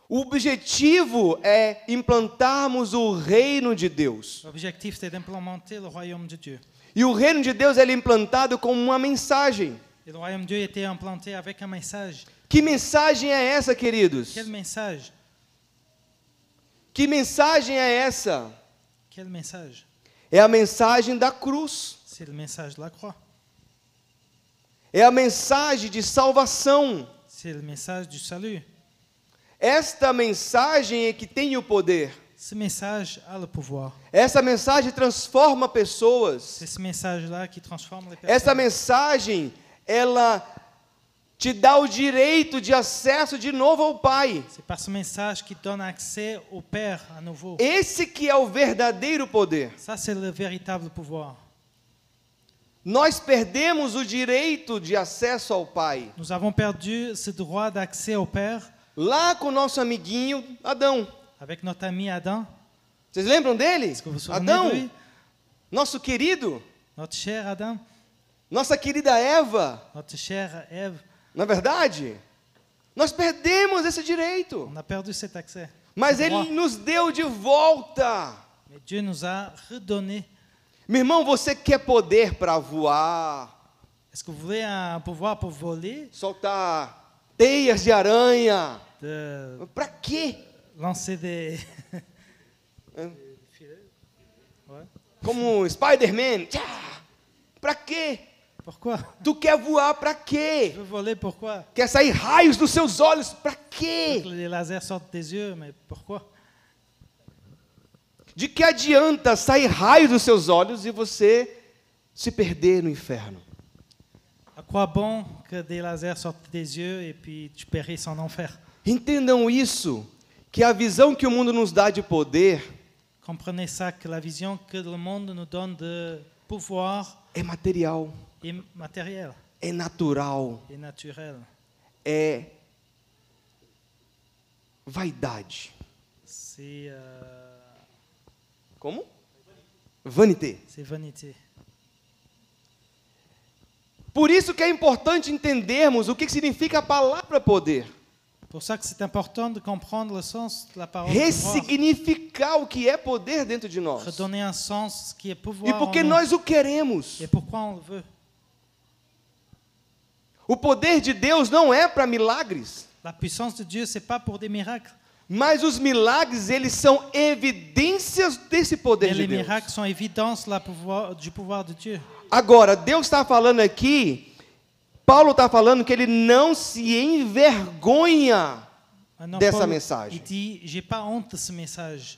[SPEAKER 1] O objetivo é implantarmos o reino de Deus.
[SPEAKER 2] L'objectif, c'est d'implémenter le royaume de Dieu.
[SPEAKER 1] E o reino de Deus ele é implantado como uma mensagem.
[SPEAKER 2] Et le royaume de Dieu était implanté avec un message.
[SPEAKER 1] Que mensagem é essa, queridos?
[SPEAKER 2] Quel message
[SPEAKER 1] Que mensagem é essa?
[SPEAKER 2] Quel message
[SPEAKER 1] É a mensagem da cruz.
[SPEAKER 2] C'est le message de la croix.
[SPEAKER 1] É a mensagem de salvação.
[SPEAKER 2] C'est le message du salut.
[SPEAKER 1] Esta mensagem é que tem o poder.
[SPEAKER 2] Ce message a le pouvoir.
[SPEAKER 1] Essa mensagem transforma pessoas.
[SPEAKER 2] C'est ce message-là qui transforme les
[SPEAKER 1] Essa
[SPEAKER 2] personnes.
[SPEAKER 1] mensagem, ela te dá o direito de acesso de novo ao Pai.
[SPEAKER 2] C'est par ce message qui donne accès au Père à nouveau.
[SPEAKER 1] Esse que é o verdadeiro poder.
[SPEAKER 2] Ça, c'est le véritable pouvoir.
[SPEAKER 1] Nós perdemos o direito de acesso ao Pai.
[SPEAKER 2] Nous avons perdu ce droit d'accès au Père
[SPEAKER 1] Lá com o nosso amiguinho Adão.
[SPEAKER 2] avec notre ami Adam.
[SPEAKER 1] Vocês lembram dele?
[SPEAKER 2] Est-ce que vous vous souvenez de
[SPEAKER 1] Adão,
[SPEAKER 2] lui
[SPEAKER 1] nosso querido,
[SPEAKER 2] Notre cher Adam,
[SPEAKER 1] nossa querida Eva,
[SPEAKER 2] notre chère Ève,
[SPEAKER 1] na verdade, nós perdemos esse direito,
[SPEAKER 2] on a perdu cet accès.
[SPEAKER 1] mas
[SPEAKER 2] Ce droit.
[SPEAKER 1] ele nos deu de volta.
[SPEAKER 2] Mais Dieu nous a redonné.
[SPEAKER 1] Meu irmão, você quer poder para voar,
[SPEAKER 2] Est-ce que vous voulez un pouvoir pour voler,
[SPEAKER 1] soltar teias de aranha?
[SPEAKER 2] de
[SPEAKER 1] Para quê?
[SPEAKER 2] lancer des...
[SPEAKER 1] Hein?
[SPEAKER 2] Ouais.
[SPEAKER 1] Como Spider-Man? Tchá! Pra quê?
[SPEAKER 2] Pourquoi
[SPEAKER 1] Tu quer voar pra quê?
[SPEAKER 2] Tu veux voler, pourquoi
[SPEAKER 1] Quer sair raios dos seus olhos? Pra quê?
[SPEAKER 2] Que Les lasers sortent des yeux, mais pourquoi
[SPEAKER 1] De que adianta sair raios dos seus olhos e você se perder no inferno?
[SPEAKER 2] À quoi bon que des lasers sortent des yeux et puis tu périsses en enfer
[SPEAKER 1] Entendam isso, que a visão que o mundo nos dá de poder
[SPEAKER 2] Comprenez ça, que la vision que le monde nous donne de pouvoir
[SPEAKER 1] é material,
[SPEAKER 2] est matérielle
[SPEAKER 1] é natural,
[SPEAKER 2] et naturelle.
[SPEAKER 1] é vaidade.
[SPEAKER 2] C'est euh,
[SPEAKER 1] Como? Vanité.
[SPEAKER 2] c'est vanité.
[SPEAKER 1] Por isso que é importante entendermos o que que significa a palavra poder.
[SPEAKER 2] Pour ça que c'est important de comprendre le sens de la parole. pouvoir.
[SPEAKER 1] Ressignificar o que é poder dentro de nós.
[SPEAKER 2] Redonner un sens qui est
[SPEAKER 1] E
[SPEAKER 2] pouvoir.
[SPEAKER 1] porque
[SPEAKER 2] en nous.
[SPEAKER 1] nós o queremos.
[SPEAKER 2] Et pourquoi on le veut
[SPEAKER 1] O poder de Deus não é para milagres,
[SPEAKER 2] La puissance de Dieu, c'est pas pour des miracles.
[SPEAKER 1] mas os milagres eles são evidências desse poder
[SPEAKER 2] Mais
[SPEAKER 1] de
[SPEAKER 2] les
[SPEAKER 1] Deus.
[SPEAKER 2] miracles sont évidence la pouvoir, du pouvoir de Dieu.
[SPEAKER 1] Agora, Deus está falando aqui, Paulo está falando que ele não se envergonha.
[SPEAKER 2] Maintenant,
[SPEAKER 1] Dessa mensagem.
[SPEAKER 2] Il dit, j'ai pas honte de ce message.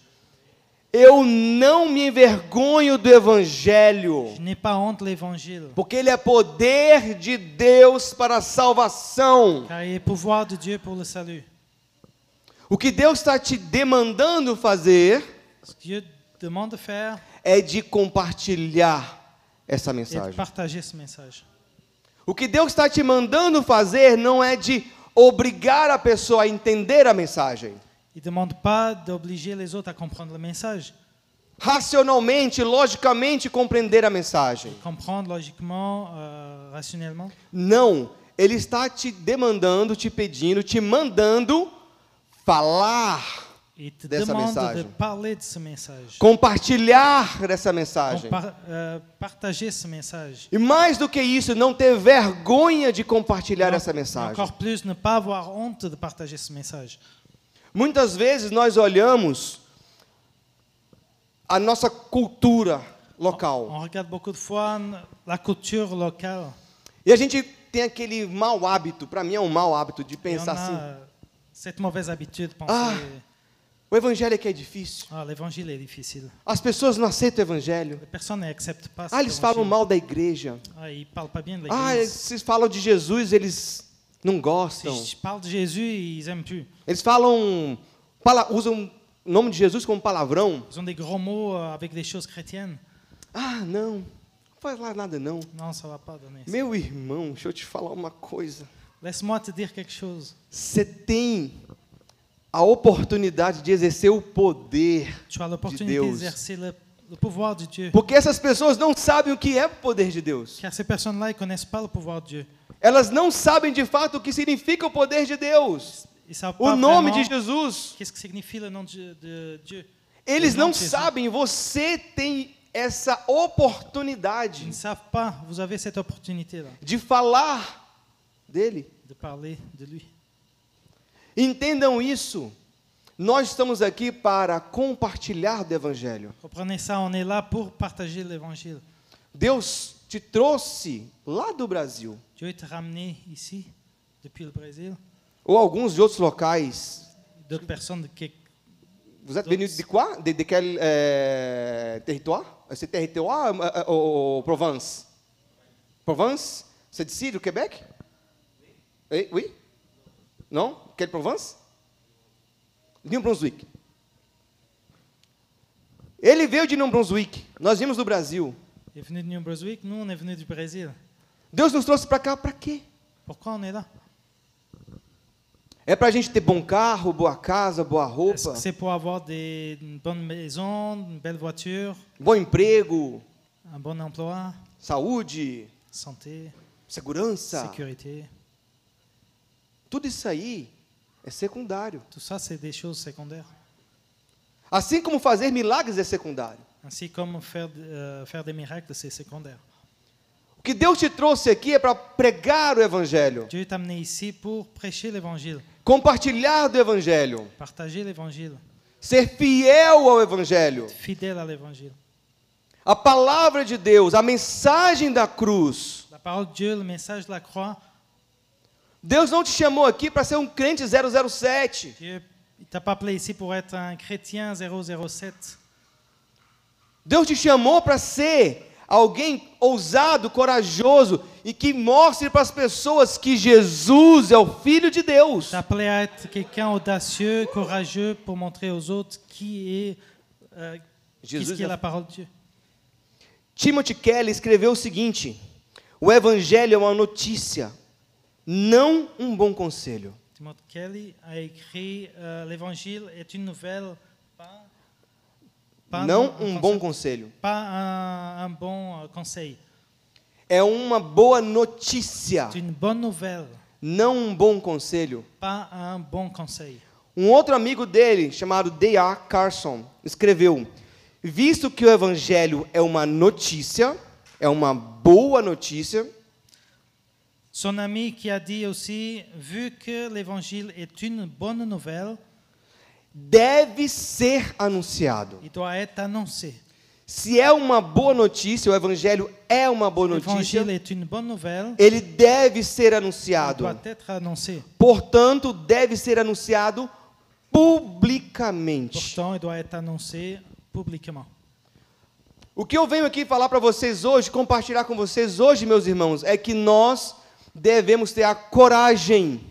[SPEAKER 1] Eu não me envergonho do evangelho,
[SPEAKER 2] Je n'ai pas honte de l'évangile.
[SPEAKER 1] porque ele é poder de Deus para a salvação.
[SPEAKER 2] Car il est pouvoir de Dieu pour le salut.
[SPEAKER 1] O que Deus está te demandando fazer
[SPEAKER 2] Ce que Dieu demande de faire,
[SPEAKER 1] é de compartilhar essa
[SPEAKER 2] c'est de
[SPEAKER 1] mensagem.
[SPEAKER 2] partager ce message.
[SPEAKER 1] O que Deus está te mandando fazer não é de obrigar a pessoa a entender a mensagem.
[SPEAKER 2] Il ne demande pas d'obliger les autres à comprendre le message.
[SPEAKER 1] Racionalmente, logicamente compreender a mensagem.
[SPEAKER 2] Comprendre logiquement, euh, rationnellement.
[SPEAKER 1] Não, ele está te demandando, te pedindo, te mandando falar,
[SPEAKER 2] Il te
[SPEAKER 1] Dessa
[SPEAKER 2] demande de
[SPEAKER 1] mensagem.
[SPEAKER 2] parler de ce message.
[SPEAKER 1] compartilhar dessa mensagem.
[SPEAKER 2] Compa- euh, partager ce message.
[SPEAKER 1] E mais do que isso, não ter vergonha de compartilhar essa mensagem.
[SPEAKER 2] Encore plus, ne pas avoir honte de partager ce message.
[SPEAKER 1] Muitas vezes nós olhamos a nossa cultura local.
[SPEAKER 2] On regarde beaucoup de fois n- la culture locale.
[SPEAKER 1] E a gente tem aquele mau hábito, para mim é um mau hábito, de
[SPEAKER 2] Et on
[SPEAKER 1] pensar
[SPEAKER 2] a
[SPEAKER 1] assim:
[SPEAKER 2] euh, cette mauvaise habitude de penser
[SPEAKER 1] Ah. o evangelho é que é difícil.
[SPEAKER 2] ah, l'évangile est difficile.
[SPEAKER 1] As pessoas não aceitam o evangelho.
[SPEAKER 2] Les personnes n'acceptent pas cet
[SPEAKER 1] Ah, eles falam
[SPEAKER 2] évangile.
[SPEAKER 1] mal da igreja.
[SPEAKER 2] Ah, ils parlent pas bien de
[SPEAKER 1] Ah,
[SPEAKER 2] l'église.
[SPEAKER 1] eles falam de Jesus, eles não gostam.
[SPEAKER 2] si je parle de Jésus, ils aiment plus.
[SPEAKER 1] Eles falam, pala- usam o nome de Jesus como palavrão.
[SPEAKER 2] Ils ont des gros mots euh, avec des choses chrétiennes.
[SPEAKER 1] Ah, não, não faz lá nada não.
[SPEAKER 2] Non, ça va pas donner. ça.
[SPEAKER 1] Meu irmão, deixa eu te falar uma coisa.
[SPEAKER 2] Laisse-moi te dire quelque chose.
[SPEAKER 1] Você tem a oportunidade de exercer o poder
[SPEAKER 2] Tu as
[SPEAKER 1] De
[SPEAKER 2] l'opportunité
[SPEAKER 1] Deus.
[SPEAKER 2] d'exercer le, le pouvoir de Dieu.
[SPEAKER 1] Porque essas pessoas não sabem o que é o poder de Deus.
[SPEAKER 2] Car ces personnes-là, ils connaissent pas le pouvoir de Dieu.
[SPEAKER 1] Elas não sabem de fato o que significa o poder de Deus.
[SPEAKER 2] Ils savent
[SPEAKER 1] O
[SPEAKER 2] pas
[SPEAKER 1] nome
[SPEAKER 2] vraiment
[SPEAKER 1] de Jesus.
[SPEAKER 2] qu'est-ce que signifie le nom de Dieu- de Dieu.
[SPEAKER 1] Eles
[SPEAKER 2] O nome
[SPEAKER 1] não
[SPEAKER 2] de Jesus.
[SPEAKER 1] sabem. Você tem essa
[SPEAKER 2] Ils ne
[SPEAKER 1] oportunidade
[SPEAKER 2] savent pas. Vous avez cette opportunité-là
[SPEAKER 1] de falar dele.
[SPEAKER 2] de parler de lui.
[SPEAKER 1] Entendam isso. Nós estamos aqui para compartilhar do Evangelho.
[SPEAKER 2] Comprenez ça, on est là pour partager l'évangile.
[SPEAKER 1] Deus te trouxe lá do Brasil
[SPEAKER 2] Dieu est ramené ici, depuis le Brésil.
[SPEAKER 1] ou alguns de outros locais.
[SPEAKER 2] D'autres personnes de quelque-
[SPEAKER 1] Vous êtes venu de quoi? De, de quel euh, territoire? C'est territoire euh, euh, ou- ou province? Province? C'est d'ici, du Québec? Eh, oui? Non? Quelle province? New Brunswick. Ele veio de New Brunswick. Nós vimos do Brasil.
[SPEAKER 2] Il est venu de New Brunswick, nous on est venu du Brésil.
[SPEAKER 1] Deus nos trouxe para cá para quê?
[SPEAKER 2] Pourquoi on est là
[SPEAKER 1] É para a gente ter bom carro, boa casa, boa
[SPEAKER 2] Est-ce
[SPEAKER 1] roupa,
[SPEAKER 2] que c'est pour avoir des, une bonne maison, une belle voiture,
[SPEAKER 1] bom emprego,
[SPEAKER 2] un bon emploi,
[SPEAKER 1] saúde,
[SPEAKER 2] santé,
[SPEAKER 1] segurança.
[SPEAKER 2] sécurité
[SPEAKER 1] Tudo isso aí é secundário.
[SPEAKER 2] Tout ça, c'est des choses secondaires.
[SPEAKER 1] Assim como fazer milagres é secundário.
[SPEAKER 2] Ainsi comme faire, euh, faire des miracles, c'est secondaire.
[SPEAKER 1] O que Deus te trouxe aqui é para pregar o Evangelho,
[SPEAKER 2] Dieu est amené ici pour prêcher l'évangile,
[SPEAKER 1] compartilhar do Evangelho,
[SPEAKER 2] partager l'évangile,
[SPEAKER 1] ser fiel ao Evangelho.
[SPEAKER 2] fidèle à l'évangile.
[SPEAKER 1] A palavra de Deus, a mensagem da cruz.
[SPEAKER 2] La parole de Dieu, le message de la croix,
[SPEAKER 1] Deus não te chamou aqui para ser um crente 007.
[SPEAKER 2] Dieu ne t'a pas appelé ici pour être un chrétien 007.
[SPEAKER 1] Deus te chamou para ser alguém ousado, corajoso e que mostre para as pessoas que Jesus é o Filho de Deus.
[SPEAKER 2] Il t'a appelé à être quelqu'un audacieux, courageux pour montrer aux autres qui est, euh,
[SPEAKER 1] Jésus
[SPEAKER 2] qu'est-ce qui est
[SPEAKER 1] a-
[SPEAKER 2] la parole de Dieu.
[SPEAKER 1] Timothy Keller escreveu o seguinte: O evangelho é uma notícia, não um bom conselho.
[SPEAKER 2] Timothy Kelly a écrit euh, L'évangile est une nouvelle, pas,
[SPEAKER 1] não
[SPEAKER 2] un-
[SPEAKER 1] um
[SPEAKER 2] un
[SPEAKER 1] bom
[SPEAKER 2] conseil-
[SPEAKER 1] conselho.
[SPEAKER 2] pas un, un bon euh, conseil.
[SPEAKER 1] É uma boa notícia,
[SPEAKER 2] C'est une bonne nouvelle,
[SPEAKER 1] não um bom conselho.
[SPEAKER 2] pas un bon conseil.
[SPEAKER 1] Um outro amigo dele, chamado D.A. Carson, escreveu: Visto que o evangelho é uma notícia, é uma boa notícia,
[SPEAKER 2] Son ami qui a dit aussi, vu que l'évangile est une bonne nouvelle,
[SPEAKER 1] deve ser anunciado.
[SPEAKER 2] il doit être annoncé.
[SPEAKER 1] Se é uma boa notícia, o evangelho é uma boa
[SPEAKER 2] L'évangile
[SPEAKER 1] notícia,
[SPEAKER 2] est une bonne nouvelle,
[SPEAKER 1] ele deve ser
[SPEAKER 2] il
[SPEAKER 1] anunciado.
[SPEAKER 2] doit être annoncé.
[SPEAKER 1] Portanto, deve ser anunciado publicamente.
[SPEAKER 2] Pourtant, il doit être annoncé publiquement.
[SPEAKER 1] O que eu venho aqui falar para vocês hoje, compartilhar com vocês hoje, meus irmãos, é que nós devemos ter a coragem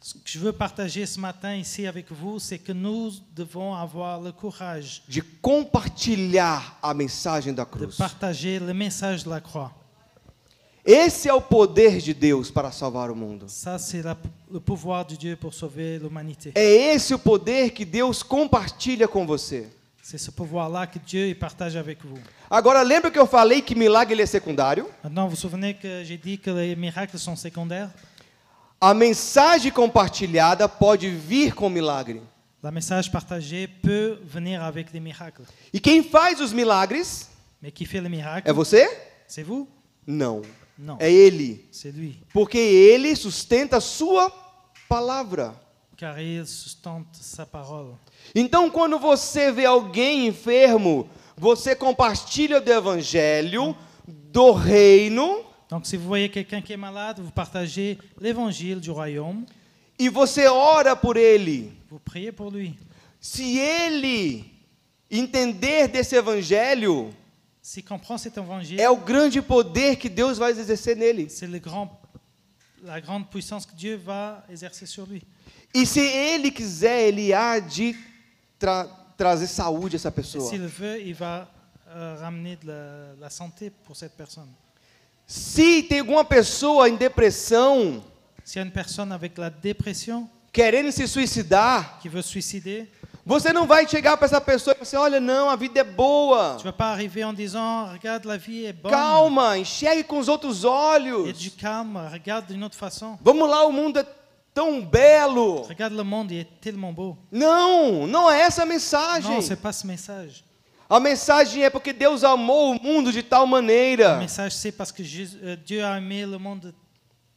[SPEAKER 2] Ce que je veux partager ce matin ici avec vous, c'est que nous devons avoir le courage
[SPEAKER 1] de compartilhar a mensagem da
[SPEAKER 2] de
[SPEAKER 1] cruz.
[SPEAKER 2] partager le message de la croix.
[SPEAKER 1] Esse é o poder de Deus para salvar o mundo.
[SPEAKER 2] Ça, c'est la- le pouvoir de Dieu pour sauver l'humanité.
[SPEAKER 1] É esse o poder que Deus compartilha com você.
[SPEAKER 2] C'est ce pouvoir-là que Dieu il partage avec vous.
[SPEAKER 1] Agora, lembra que eu falei que milagre ele é secundário?
[SPEAKER 2] Maintenant, vous vous souvenez que j'ai dit que les miracles sont secondaires
[SPEAKER 1] A mensagem compartilhada pode vir com milagre.
[SPEAKER 2] Le message partagé peut venir avec des miracles.
[SPEAKER 1] E quem faz os milagres
[SPEAKER 2] Mais qui fait le miracle
[SPEAKER 1] é você?
[SPEAKER 2] C'est vous
[SPEAKER 1] Não.
[SPEAKER 2] Non,
[SPEAKER 1] É ele.
[SPEAKER 2] c'est lui.
[SPEAKER 1] Porque ele sustenta a sua palavra.
[SPEAKER 2] Car il sustente sa parole.
[SPEAKER 1] Então, quando você vê alguém enfermo, você compartilha do evangelho, do reino,
[SPEAKER 2] Donc, si vous voyez quelqu'un qui est malade, vous partagez l'évangile du royaume,
[SPEAKER 1] e você ora por ele.
[SPEAKER 2] vous priez pour lui.
[SPEAKER 1] Se ele entender desse evangelho,
[SPEAKER 2] S'il comprend cet évangile,
[SPEAKER 1] é o grande poder que Deus vai exercer nele.
[SPEAKER 2] c'est le grand, la grande puissance que Dieu va exercer sur lui.
[SPEAKER 1] E se ele quiser, ele há de tra- trazer saúde a essa
[SPEAKER 2] Et
[SPEAKER 1] pessoa.
[SPEAKER 2] S'il le veut, il va euh, ramener de la, la santé pour cette personne.
[SPEAKER 1] Se tem alguma pessoa em depressão,
[SPEAKER 2] S'il y a une personne avec la dépression
[SPEAKER 1] querendo se suicidar,
[SPEAKER 2] qui veut se suicider,
[SPEAKER 1] você não vai chegar para essa pessoa e falar assim, olha, não, a vida é boa.
[SPEAKER 2] tu ne vas pas arriver en disant Regarde, la vie est bonne.
[SPEAKER 1] Calma, enxergue com os outros
[SPEAKER 2] Et
[SPEAKER 1] olhos.
[SPEAKER 2] du calme, regarde d'une autre façon.
[SPEAKER 1] Vamos lá, o mundo é tão belo.
[SPEAKER 2] Regarde le monde, il est tellement beau.
[SPEAKER 1] Não, não é essa a
[SPEAKER 2] Non, ce
[SPEAKER 1] mensagem.
[SPEAKER 2] n'est pas ce message.
[SPEAKER 1] A mensagem é porque Deus amou o mundo de tal
[SPEAKER 2] Le
[SPEAKER 1] maneira
[SPEAKER 2] message, c'est parce que Jésus- euh, Dieu a aimé le monde de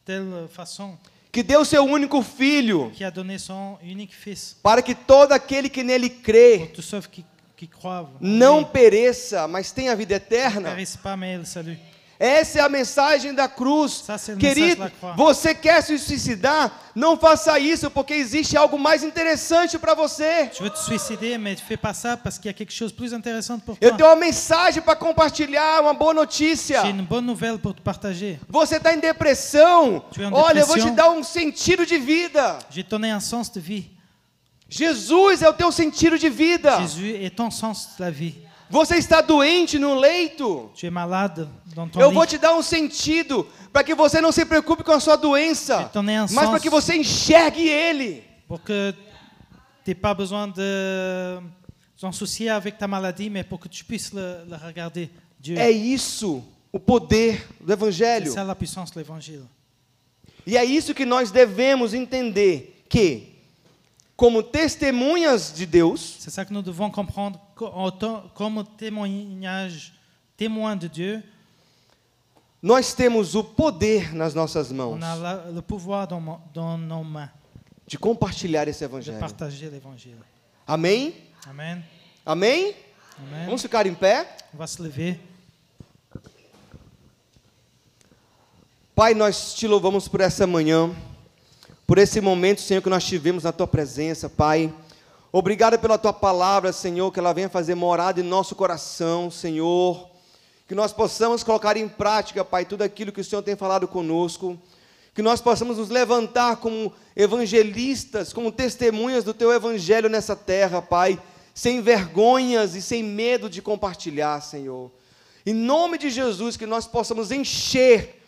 [SPEAKER 2] telle façon
[SPEAKER 1] que deu seu único filho
[SPEAKER 2] qui a donné son unique Fils
[SPEAKER 1] para que todo aquele que nele
[SPEAKER 2] pour
[SPEAKER 1] crê
[SPEAKER 2] tous ceux qui, qui croient.
[SPEAKER 1] não
[SPEAKER 2] Ils
[SPEAKER 1] pereça, mas tenha vida
[SPEAKER 2] ne
[SPEAKER 1] eterna.
[SPEAKER 2] périssent pas, mais le salut.
[SPEAKER 1] Essa é a mensagem da cruz.
[SPEAKER 2] Essa é a mensagem
[SPEAKER 1] Querido,
[SPEAKER 2] da cruz.
[SPEAKER 1] você quer se suicidar? Não faça isso, porque existe algo mais interessante para você.
[SPEAKER 2] Tu veux te suicider, mais fais pas ça parce qu'il y a quelque chose de plus intéressant pour
[SPEAKER 1] Eu
[SPEAKER 2] toi.
[SPEAKER 1] tenho uma mensagem para compartilhar, uma boa notícia.
[SPEAKER 2] J'ai une bonne nouvelle pour te partager.
[SPEAKER 1] Você está em depressão?
[SPEAKER 2] Tu é uma
[SPEAKER 1] Olha, eu vou te
[SPEAKER 2] depressão?
[SPEAKER 1] dar um sentido de vida.
[SPEAKER 2] J'ai donné un sens de vie.
[SPEAKER 1] Jesus é o teu sentido de vida.
[SPEAKER 2] Jésus est ton sens de la vie.
[SPEAKER 1] Você está doente no leito?
[SPEAKER 2] Tu es malade dans ton
[SPEAKER 1] Eu
[SPEAKER 2] lit.
[SPEAKER 1] vou te dar um sentido para que você não se preocupe com a sua doença,
[SPEAKER 2] Então, nem a
[SPEAKER 1] mas para
[SPEAKER 2] sós-
[SPEAKER 1] que você enxergue Ele.
[SPEAKER 2] pour que tu n'aies pas besoin de t'en soucier avec ta maladie, mais pour que tu puisses le, le regarder. Dieu,
[SPEAKER 1] É isso o poder do
[SPEAKER 2] c'est
[SPEAKER 1] Evangelho.
[SPEAKER 2] ça la puissance de l'Évangile.
[SPEAKER 1] E é isso que nós devemos entender: que, como testemunhas de Deus,
[SPEAKER 2] C'est ça que nous devons comprendre co- en tant- comme témoignage, témoin de Dieu.
[SPEAKER 1] nós temos o poder nas nossas mãos
[SPEAKER 2] On a la- le pouvoir dans, mon- dans nos mains
[SPEAKER 1] de compartilhar esse
[SPEAKER 2] de
[SPEAKER 1] Evangelho.
[SPEAKER 2] partager l'Évangile.
[SPEAKER 1] Amém?
[SPEAKER 2] Amen.
[SPEAKER 1] Amém?
[SPEAKER 2] Amen.
[SPEAKER 1] Vamos ficar em pé?
[SPEAKER 2] On va se lever.
[SPEAKER 1] Pai, nós te louvamos por essa manhã, por esse momento, Senhor, que nós tivemos na tua presença, Pai. Obrigado pela tua palavra, Senhor, que ela venha fazer morada em nosso coração, Senhor. Que nós possamos colocar em prática, Pai, tudo aquilo que o Senhor tem falado conosco. Que nós possamos nos levantar como evangelistas, como testemunhas do teu evangelho nessa terra, Pai, sem vergonhas e sem medo de compartilhar, Senhor. Em nome de Jesus, que nós possamos encher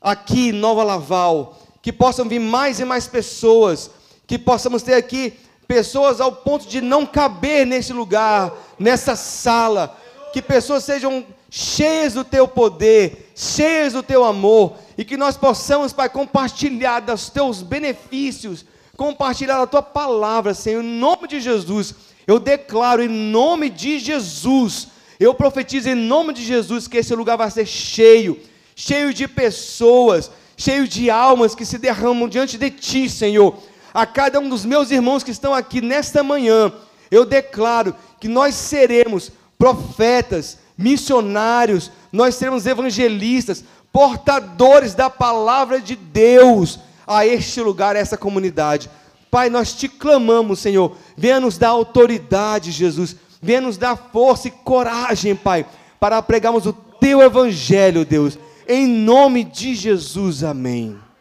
[SPEAKER 1] aqui em Nova Laval, que possam vir mais e mais pessoas, que possamos ter aqui pessoas ao ponto de não caber nesse lugar, nessa sala, que pessoas sejam cheias do teu poder, cheias do teu amor, e que nós possamos, Pai, compartilhar dos teus benefícios, compartilhar a tua palavra, Senhor, em nome de Jesus. Eu declaro em nome de Jesus, eu profetizo em nome de Jesus que esse lugar vai ser cheio, cheio de pessoas, cheio de almas que se derramam diante de ti, Senhor. A cada um dos meus irmãos que estão aqui nesta manhã, eu declaro que nós seremos profetas, missionários, nós seremos evangelistas, portadores da palavra de Deus a este lugar, a essa comunidade. Pai, nós te clamamos, Senhor, venha nos dar autoridade, Jesus, venha nos dar força e coragem, Pai, para pregarmos o teu evangelho, Deus, em nome de Jesus, amém.